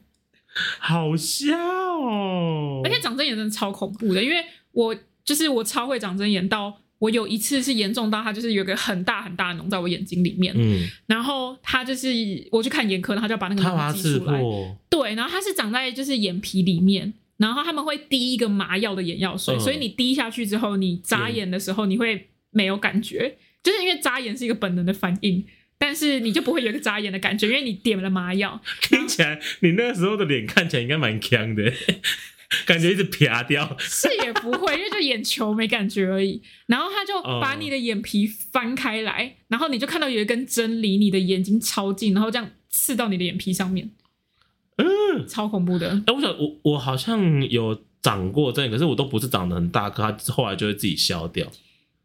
Speaker 1: 好笑哦，
Speaker 2: 而且长针眼真的超恐怖的，因为我就是我超会长针眼，到我有一次是严重到它就是有一个很大很大的脓在我眼睛里面，
Speaker 1: 嗯，
Speaker 2: 然后它就是我去看眼科，然后就把那个
Speaker 1: 他把它
Speaker 2: 脓挤
Speaker 1: 刺
Speaker 2: 出来，
Speaker 1: 破，
Speaker 2: 对，然后它是长在就是眼皮里面。然后他们会滴一个麻药的眼药水，
Speaker 1: 嗯
Speaker 2: 所以你滴下去之后，你眨眼的时候你会没有感觉，就是因为眨眼是一个本能的反应，但是你就不会有一个眨眼的感觉，因为你点了麻药。
Speaker 1: 听起来你那时候的脸看起来应该蛮僵 的，感觉一直啪掉，
Speaker 2: 是也不会，因为就眼球没感觉而已。然后他就
Speaker 1: 哦
Speaker 2: 把你的眼皮翻开来，然后你就看到有一根针离你的眼睛超近，然后这样刺到你的眼皮上面，
Speaker 1: 嗯，
Speaker 2: 超恐怖的。
Speaker 1: 哎，我想我我好像有长过针，可是我都不是长得很大颗，它后来就会自己消掉。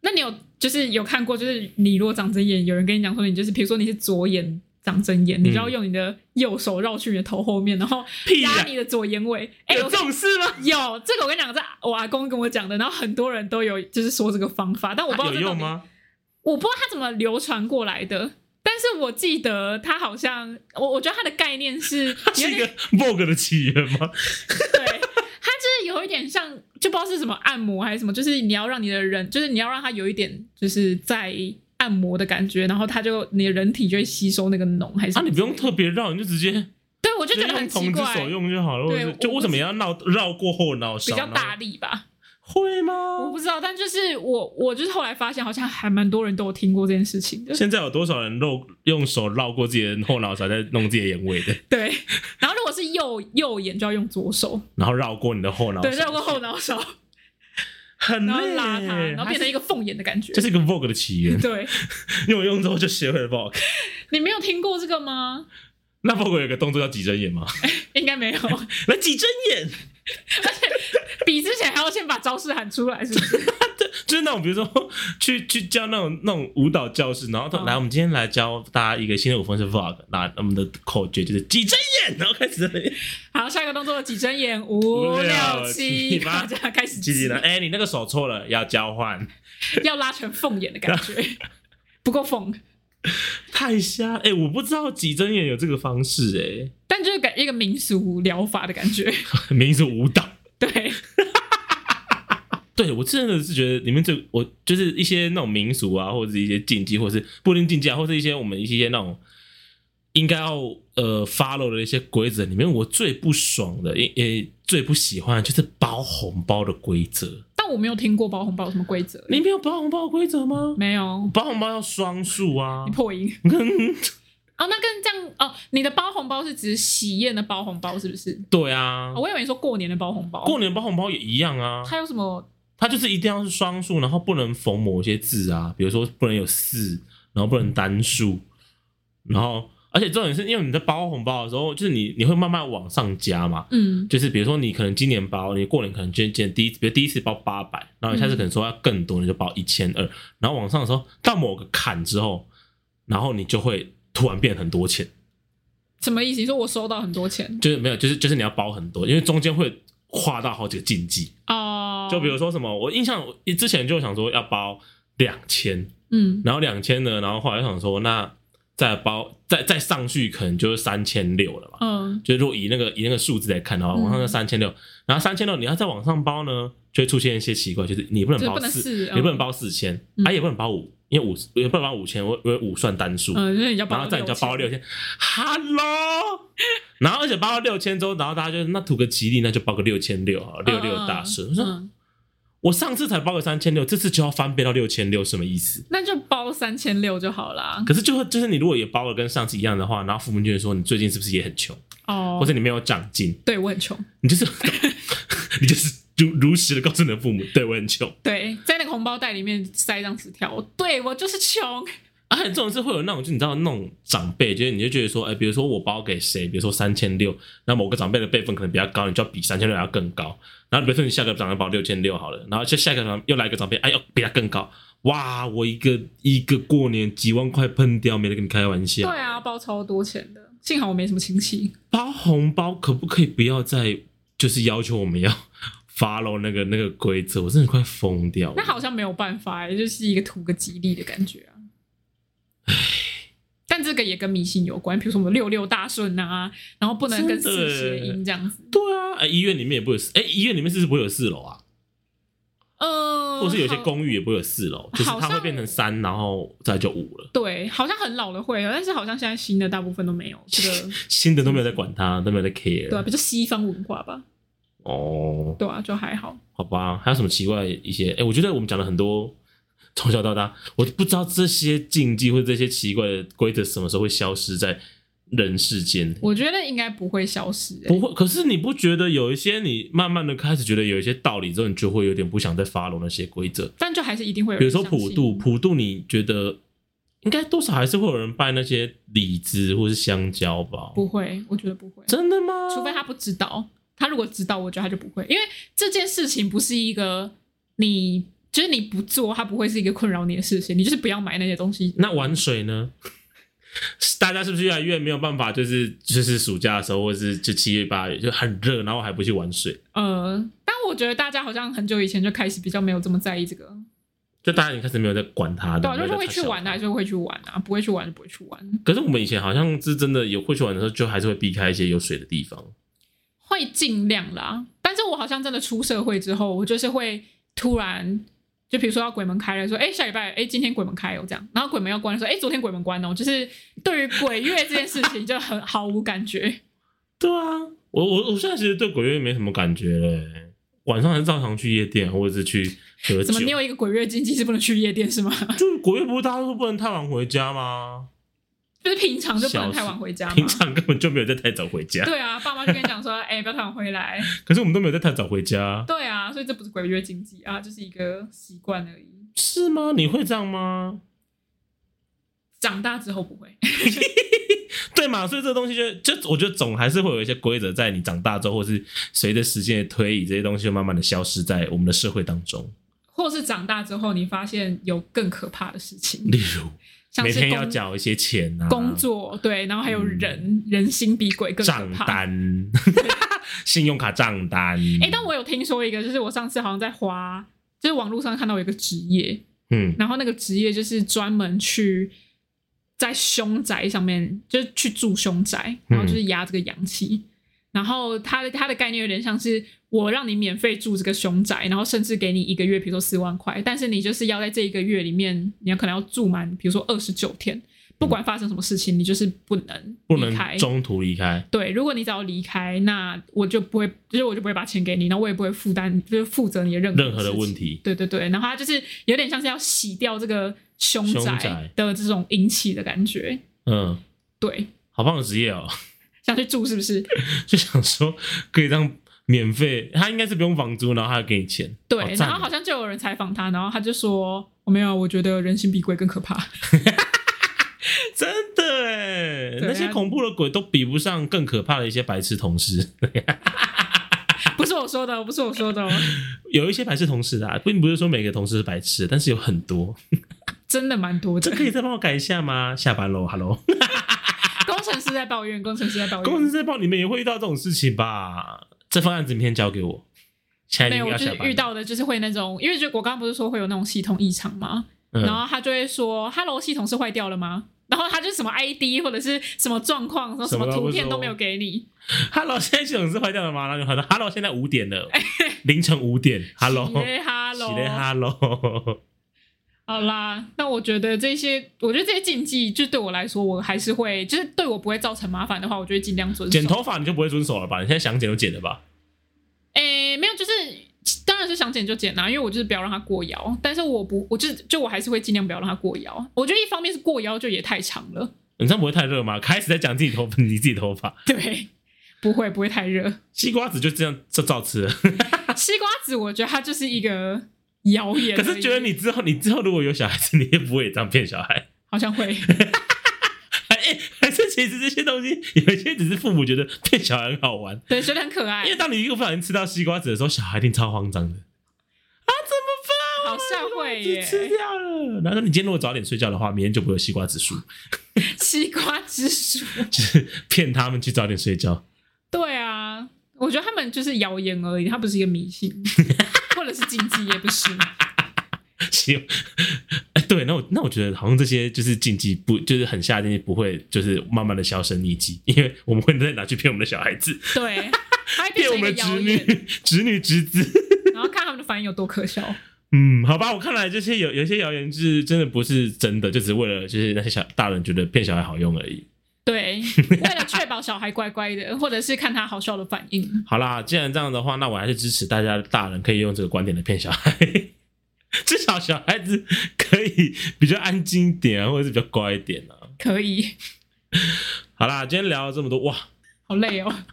Speaker 2: 那你有就是有看过，就是你如果长针眼，有人跟你讲说你就是，比如说你是左眼长针眼，你就要用你的右手绕去你的头后面，然后
Speaker 1: 嗯屁
Speaker 2: 压
Speaker 1: 呀、
Speaker 2: 你的左眼尾。哎、
Speaker 1: 有
Speaker 2: 我
Speaker 1: 这种事吗？
Speaker 2: 有这个，我跟你讲，这我阿公跟我讲的，然后很多人都有就是说这个方法，但我不知道
Speaker 1: 啊有
Speaker 2: 这到
Speaker 1: 用
Speaker 2: 底
Speaker 1: 吗？
Speaker 2: 我不知道它怎么流传过来的，但是我记得它好像，我我觉得它的概念是 有
Speaker 1: 是一
Speaker 2: 点
Speaker 1: 个 Vogue 的起源 吗？
Speaker 2: 对，它就是有一点像，就不知道是什么按摩还是什么，就是你要让你的人，就是你要让它有一点就是在按摩的感觉，然后它就你的人体就会吸收那个脓还是什
Speaker 1: 啊，
Speaker 2: 么
Speaker 1: 你不用特别绕，你就直接
Speaker 2: 对我就觉得很
Speaker 1: 用
Speaker 2: 奇
Speaker 1: 同只
Speaker 2: 怪，
Speaker 1: 手用就好了。或
Speaker 2: 对
Speaker 1: 者是
Speaker 2: 我
Speaker 1: 就为什么要绕绕过后脑
Speaker 2: 比
Speaker 1: 勺？
Speaker 2: 较大
Speaker 1: 然后
Speaker 2: 力吧，
Speaker 1: 会
Speaker 2: 我不
Speaker 1: 吗？
Speaker 2: 知道，但就是我我就是后来发现，好像还蛮多人都有听过这件事情的。
Speaker 1: 现在有多少人绕用手绕过自己的后脑勺，在弄自己的眼尾的，
Speaker 2: 对， 然后如果是右右眼就要用左手，
Speaker 1: 然后绕过你的后脑勺
Speaker 2: 对，，绕过后脑勺。
Speaker 1: 很
Speaker 2: 然后
Speaker 1: 累
Speaker 2: 拉它，然后变成一
Speaker 1: 个，
Speaker 2: 个凤眼的感觉
Speaker 1: 这。是一个 Vogue 的起源。
Speaker 2: 对，
Speaker 1: 因为我用之后就学会了 Vogue。
Speaker 2: 你没有听过这个吗？
Speaker 1: 那 Vogue 有一个动作叫挤针眼吗？
Speaker 2: 应该没有，
Speaker 1: 来挤针眼，
Speaker 2: 比之前还要先把招式喊出来，是不是？
Speaker 1: 就是那种比如说去去教那种那种舞蹈教室，然后他、
Speaker 2: 哦
Speaker 1: 来我们今天来教大家一个新的舞风是 Vogue，那我们的口诀就是挤针眼，然后开始在那边
Speaker 2: 好，下一个动作几睁眼，五六七，
Speaker 1: 八
Speaker 2: 大家开始
Speaker 1: 挤挤
Speaker 2: 挤
Speaker 1: 了。，哎、你那个手错了，要交换，
Speaker 2: 要拉成凤眼的感觉， 不够凤，
Speaker 1: 太瞎！哎、我不知道挤针眼有这个方式、
Speaker 2: 但就是感一个民俗疗法的感觉。
Speaker 1: 哎， 民族舞蹈。
Speaker 2: 对，
Speaker 1: 对，我真的是觉得里面最我就是一些那种民俗啊，或者是一些禁忌，或者是不定禁忌啊，或者一些我们一些那种应该要呃 follow 的一些规则里面，我最不爽的，也也最不喜欢的就是包红包的规则。
Speaker 2: 但我没有听过包红包有什么规则，
Speaker 1: 你没有包红包的规则吗？
Speaker 2: 没有，
Speaker 1: 包红包要双数啊
Speaker 2: 你！破音。哦，那跟这样哦，你的包红包是指喜宴的包红包是不是？
Speaker 1: 对啊
Speaker 2: 哦，我以为你说过年的包红包，
Speaker 1: 过年包红包也一样啊，
Speaker 2: 它有什么
Speaker 1: 它就是一定要是双数，然后不能逢某些字啊，比如说不能有四，然后不能单数，然后而且重点是因为你在包红包的时候，就是你你会慢慢往上加嘛，
Speaker 2: 嗯，
Speaker 1: 就是比如说你可能今年包，你过年可能今今第一，比如第一次包八百，然后你下次可能说要更多，你就包一千二，然后往上的时候到某个坎之后，然后你就会突然变很多钱，
Speaker 2: 什么意思？你说我收到很多钱
Speaker 1: 就是没有，就是就是你要包很多，因为中间会跨到好几个禁忌，
Speaker 2: 哦？
Speaker 1: 就比如说什么，我印象我之前就想说要包两千。
Speaker 2: 嗯，
Speaker 1: 然后两千呢，然后后来就想说，那再包再再上去，可能就是三千六了吧。
Speaker 2: 嗯
Speaker 1: 就如果以那个以那个数字来看的话，
Speaker 2: 嗯
Speaker 1: 往上就三千六，然后三千六你要再往上包呢，就会出现一些奇怪，就是你不能包
Speaker 2: 就是不能
Speaker 1: 四
Speaker 2: 四，嗯
Speaker 1: 你不能包四千，
Speaker 2: 嗯
Speaker 1: 啊也不能包五，因为五也不能包五千，我我五算单数，
Speaker 2: 嗯，就是你叫包，
Speaker 1: 然后再你就包六，千，Hello，然后而且包到六千之后，然后大家就那图个吉利，那就包个六千六好了，六六大顺，我说
Speaker 2: 嗯
Speaker 1: 我上次才包个三千六，这次就要翻倍到六千六，什么意思？
Speaker 2: 那就包三千六就好啦。
Speaker 1: 可是就就是你如果也包了跟上次一样的话，然后父母就会说你最近是不是也很穷，
Speaker 2: 哦
Speaker 1: 或，者你没有长进，
Speaker 2: 对我很穷，
Speaker 1: 你就是你就是如如实的告诉你的父母，对我很穷。
Speaker 2: 对，在那个红包袋里面塞一张纸条，对我就是穷。
Speaker 1: 而且这种是会有那种，就你知道那种长辈，就是你就觉得说，哎、比如说我包给谁，比如说三千六，那某个长辈的辈分可能比较高，你就要比三千六还要更高。然后比如说你下个长辈包六千六好了，然后就下个长又来一个长辈，哎呦比他更高，哇，我一个一个过年几万块喷掉，没得跟你开玩
Speaker 2: 对
Speaker 1: 笑。
Speaker 2: 啊，包超多钱的，幸好我没什么亲戚。
Speaker 1: 包红包可不可以不要再就是要求我们要 follow 那个那个规则？我真的快疯掉了。
Speaker 2: 那好像没有办法、欸，就是一个图个吉利的感觉啊。但这个也跟迷信有关，比如说我们六六大顺啊，然后不能跟
Speaker 1: 真的
Speaker 2: 四谐音这样子。
Speaker 1: 对啊，哎、医院里面也不会有四，哎、医院里面是不是不会有四楼啊？
Speaker 2: 呃，
Speaker 1: 或是有些
Speaker 2: 好
Speaker 1: 公寓也不会有四楼，就是
Speaker 2: 好
Speaker 1: 它
Speaker 2: 像
Speaker 1: 会变成三，然后再就五了。
Speaker 2: 对，好像很老的会了，但是好像现在新的大部分都没有这个，
Speaker 1: 新的都没有在管它，都没有在
Speaker 2: 对
Speaker 1: care。
Speaker 2: 啊，比较西方文化吧，
Speaker 1: 哦，
Speaker 2: 对啊，就还好。
Speaker 1: 好吧，还有什么奇怪的一些？哎、我觉得我们讲了很多，从小到大，我不知道这些禁忌或者这些奇怪的规则什么时候会消失在人世间。
Speaker 2: 我觉得应该不会消失、欸，
Speaker 1: 不会，可是你不觉得有一些你慢慢的开始觉得有一些道理之后，你就会有点不想再 follow 那些规则？
Speaker 2: 但就还是一定会有
Speaker 1: 比如
Speaker 2: 人
Speaker 1: 说
Speaker 2: 相信。
Speaker 1: 普渡，普渡你觉得应该多少还是会有人拜那些李子或是香蕉吧？
Speaker 2: 不会，我觉得不会。
Speaker 1: 真的吗？
Speaker 2: 除非他不知道。他如果知道，我觉得他就不会，因为这件事情不是一个你就是你不做，它不会是一个困扰你的事情。你就是不要买那些东西。
Speaker 1: 那玩水呢？ 大家是不是越来越没有办法？就是就是暑假的时候，或是就七月八月就很热，然后还不去玩水，
Speaker 2: 呃，但我觉得大家好像很久以前就开始比较没有这么在意这个，
Speaker 1: 就大家已经开始没有在管它的，
Speaker 2: 对、啊，
Speaker 1: 没
Speaker 2: 就
Speaker 1: 有
Speaker 2: 是
Speaker 1: 在
Speaker 2: 会去
Speaker 1: 想
Speaker 2: 玩的，还是会去玩啊，不会去玩就不会去玩。啊
Speaker 1: 可是我们以前好像是真的有会去玩的时候，就还是会避开一些有水的地方。
Speaker 2: 会尽量啦。但是我好像真的出社会之后，我就是会突然，就比如说要鬼门开了，说哎、诶下礼拜哎、诶今天鬼门开哦这样，然后鬼门要关了，说哎、诶昨天鬼门关哦，就是对于鬼月这件事情就很毫无 感觉。
Speaker 1: 对啊，我我我现在其实对鬼月没什么感觉嘞。晚上还是照常去夜店，或者是去喝酒。
Speaker 2: 怎么你有一个鬼月禁忌是不能去夜店是吗？
Speaker 1: 就是鬼月不是大家都不能太晚回家吗？
Speaker 2: 就是平常就不能
Speaker 1: 小事
Speaker 2: 太晚回家
Speaker 1: 平
Speaker 2: 嘛。
Speaker 1: 常根本就没有在太早回家，
Speaker 2: 啊对啊，爸妈就跟你讲说，哎、不要太晚回来。
Speaker 1: 可是我们都没有在太早回家，
Speaker 2: 对啊，所以这不是鬼月禁忌啊，就是一个习惯而已。
Speaker 1: 是吗？你会这样吗？
Speaker 2: 长大之后不会，
Speaker 1: 对嘛，所以这个东西就就我觉得总还是会有一些规则，在你长大之后，或是随着时间的推移，这些东西就慢慢的消失在我们的社会当中。
Speaker 2: 或是长大之后你发现有更可怕的事情，
Speaker 1: 例如
Speaker 2: 像
Speaker 1: 每
Speaker 2: 是
Speaker 1: 天要
Speaker 2: 公
Speaker 1: 缴一些钱啊，
Speaker 2: 工作对，然后还有人、
Speaker 1: 嗯
Speaker 2: 人心比鬼更可
Speaker 1: 账
Speaker 2: 怕。
Speaker 1: 单、 信用卡账单。
Speaker 2: 哎、但我有听说一个，就是我上次好像在花，就是网络上看到有一个职业，
Speaker 1: 嗯，
Speaker 2: 然后那个职业就是专门去在凶宅上面，就是去住凶宅，然
Speaker 1: 嗯
Speaker 2: 后就是压这个阳气。然后它的它的概念有点像是我让你免费住这个凶宅，然后甚至给你一个月，比如说四万块，但是你就是要在这一个月里面，你要可能要住满，比如说二十九天，不管发生什么事情，你就是不能
Speaker 1: 嗯不
Speaker 2: 离
Speaker 1: 能
Speaker 2: 开
Speaker 1: 中途离开。
Speaker 2: 对，如果你只要离开，那我就不会，就是我就不会把钱给你，那我也不会负担，就是负责你的任何
Speaker 1: 任何的
Speaker 2: 事情
Speaker 1: 问题
Speaker 2: 对对对，然后他就是有点像是要洗掉这个凶
Speaker 1: 凶
Speaker 2: 宅
Speaker 1: 宅
Speaker 2: 的这种引起的感觉。
Speaker 1: 嗯，
Speaker 2: 对，
Speaker 1: 好棒的职业哦，
Speaker 2: 想去住是不是？
Speaker 1: 就想说可以让免费，他应该是不用房租，然后他还给你钱。
Speaker 2: 对，
Speaker 1: 好赞
Speaker 2: 然
Speaker 1: 哦
Speaker 2: 后好像就有人采访他，然后他就说：“我、没有，我觉得人心比鬼更可 怕。
Speaker 1: 真的哎，
Speaker 2: 对
Speaker 1: 那些
Speaker 2: 啊
Speaker 1: 恐怖的鬼都比不上更可怕的一些白痴同事。
Speaker 2: 不是我说的，不是我说的哦，
Speaker 1: 有一些白痴同事啊，并不是说每个同事是白痴，但是有很多。
Speaker 2: 真的蛮多
Speaker 1: 这
Speaker 2: 的。
Speaker 1: 可以再帮我改一下吗？下班喽，Hello。
Speaker 2: 工程师在抱怨，工程师在抱
Speaker 1: 工程
Speaker 2: 怨，
Speaker 1: 师在报，你们也会遇到这种事情吧？这份案子明天交给我。现在
Speaker 2: 没
Speaker 1: 已
Speaker 2: 有，
Speaker 1: 经
Speaker 2: 我
Speaker 1: 要
Speaker 2: 就
Speaker 1: 下
Speaker 2: 是
Speaker 1: 班了
Speaker 2: 遇，到的就是会那种，因为就我刚刚不是说会有那种系统异常吗？然
Speaker 1: 嗯，
Speaker 2: 后他就会说：“Hello，系统是坏掉了吗？”然后他就什么 ID 或者是什么状况，然后什么
Speaker 1: 什么都不
Speaker 2: 图片
Speaker 1: 说
Speaker 2: 都没有给你，
Speaker 1: Hello，现在系统是坏掉了吗？然后就喊到 Hello，现在五点了，凌晨五点，Hello，
Speaker 2: 喜嘞 Hello，
Speaker 1: 起来 Hello，
Speaker 2: 好啦，那我觉得这些，我觉得这些禁忌，就对我来说，我还是会，就是对我不会造成麻烦的话，我就会尽量遵
Speaker 1: 剪
Speaker 2: 守。
Speaker 1: 头发你就不会遵守了吧？你现在想剪就剪了吧？
Speaker 2: 诶，没有，就是当然是是想剪就剪啊，因为我就是不要让它过腰。但是我不，我就是就我还是会尽量不要让它过腰。我觉得一方面是过腰就也太长了，
Speaker 1: 你这样不会太热吗？开始在讲自己头发，你自己头发，
Speaker 2: 对， 不会不会太热。
Speaker 1: 西瓜子就这样就照吃了。
Speaker 2: 西瓜子，我觉得它就是一个谣言而
Speaker 1: 可
Speaker 2: 已。
Speaker 1: 是觉得你之后，你之后如果有小孩子，你也不会这样骗小孩。
Speaker 2: 好像 会，
Speaker 1: 哎、哎还是其实这些东西，有些只是父母觉得骗小孩很好玩，
Speaker 2: 对，觉得很可爱
Speaker 1: 因为，当你一个不小心吃到西瓜子的时候，小孩一定超慌张的。啊，怎么办？
Speaker 2: 好像会
Speaker 1: 就
Speaker 2: 耶。
Speaker 1: 吃掉了。然后你今天如果早点睡觉的话，明天就不会有西瓜子树，
Speaker 2: 西瓜之树，
Speaker 1: 就是 骗他们去早点睡觉。
Speaker 2: 对啊，我觉得他们就是谣言而已，它不是一个迷 信，或者是禁忌也不行。
Speaker 1: 希望，哎，对，那我那我觉得好像这些就是禁忌不，就是很下定义不会，就是慢慢的销声匿迹，因为我们会再拿去骗我们的小孩子，
Speaker 2: 对，它会变
Speaker 1: 骗我
Speaker 2: 成
Speaker 1: 们
Speaker 2: 一个
Speaker 1: 的
Speaker 2: 谣
Speaker 1: 侄
Speaker 2: 言，
Speaker 1: 女、侄女、侄子。
Speaker 2: 然后看他们的反应有多可笑。
Speaker 1: 嗯，好吧，我看来这些有有些谣言是真的不是真的，就只是为了就是那些小大人觉得骗小孩好用而已。
Speaker 2: 对，为了确保小孩乖乖的，或者是看他好笑的反应，
Speaker 1: 好啦，既然这样的话，那我还是支持大家大人可以用这个观点来骗小孩， 至少小孩子可以比较安静一点啊，或者是比较乖一点啊。
Speaker 2: 可以，
Speaker 1: 好啦，今天聊了这么多，哇，
Speaker 2: 好累哦，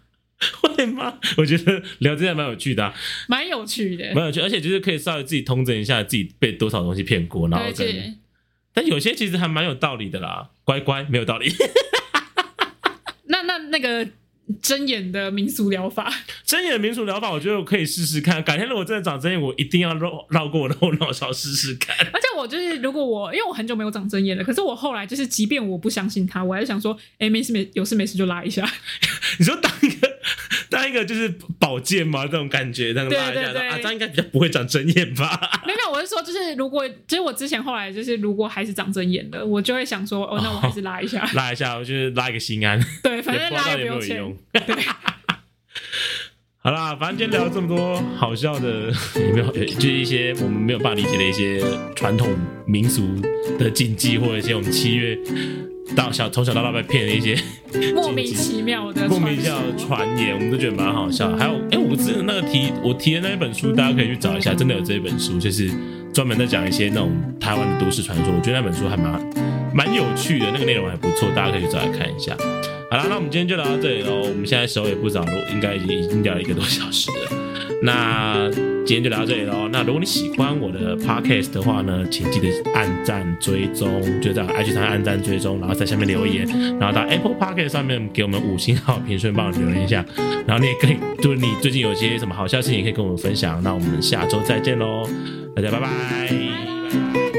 Speaker 1: 会吗？我觉得聊这些还蛮有趣的、啊，
Speaker 2: 蛮有趣的。
Speaker 1: 蛮有趣，而且就是可以稍微自己通整一下自己被多少东西骗过，然后
Speaker 2: 对，
Speaker 1: 跟
Speaker 2: 且
Speaker 1: 但有些其实还蛮有道理的啦，乖乖没有道理。
Speaker 2: 那那那个睁眼的民俗疗法，
Speaker 1: 睁眼民俗疗法，我觉得我可以试试看，改天如果真的长睁眼，我一定要绕绕过我的后脑勺试试看。
Speaker 2: 而且我就是如果我因为我很久没有长睁眼了，可是我后来就是即便我不相信他，我还是想说，哎、没事没有事没事就拉一下，
Speaker 1: 你说当一个当一个就是宝剑吗？这种感觉，这样拉一下
Speaker 2: 对对
Speaker 1: 说
Speaker 2: 对
Speaker 1: 啊，这样应该比较不会长针眼吧？
Speaker 2: 没有没有，我是说就是如果其实我之前后来就是如果还是长睁眼了，我就会想说，哦，那我还是拉一下，
Speaker 1: 拉一下，我就是拉一个心安，
Speaker 2: 对，反
Speaker 1: 也
Speaker 2: 正
Speaker 1: 不知道
Speaker 2: 拉
Speaker 1: 到底
Speaker 2: 也
Speaker 1: 有
Speaker 2: 不用
Speaker 1: 没有
Speaker 2: 钱，
Speaker 1: 用。好啦，反正今天聊了这么多好笑的，有没有？就是一些我们没有办法理解的一些传统民俗的禁忌，或者一些我们七月到小从小到大被骗的一些
Speaker 2: 莫名其妙的
Speaker 1: 莫名其
Speaker 2: 传
Speaker 1: 妙的
Speaker 2: 说
Speaker 1: 传言，我们都觉得蛮好笑的。还有，哎、我之前那个提我提的那一本书，大家可以去找一下，真的有这一本书，就是专门在讲一些那种台湾的都市传说。我觉得那本书还蛮蛮有趣的，那个内容还不错，大家可以去找来看一下。好啦，那我们今天就聊到这里喽。我们现在手也不早了，应该已经已经聊了一个多小时了。那今天就聊到这里喽。那如果你喜欢我的 podcast 的话呢，请记得按赞追踪，就在 IG 上按赞追踪，然后在下面留言，然后到 Apple podcast 上面给我们五星好评，顺便帮我留言一下。然后你也可以，就是你最近有些什么好消息，也可以跟我们分享。那我们下周再见喽，大家拜拜。拜拜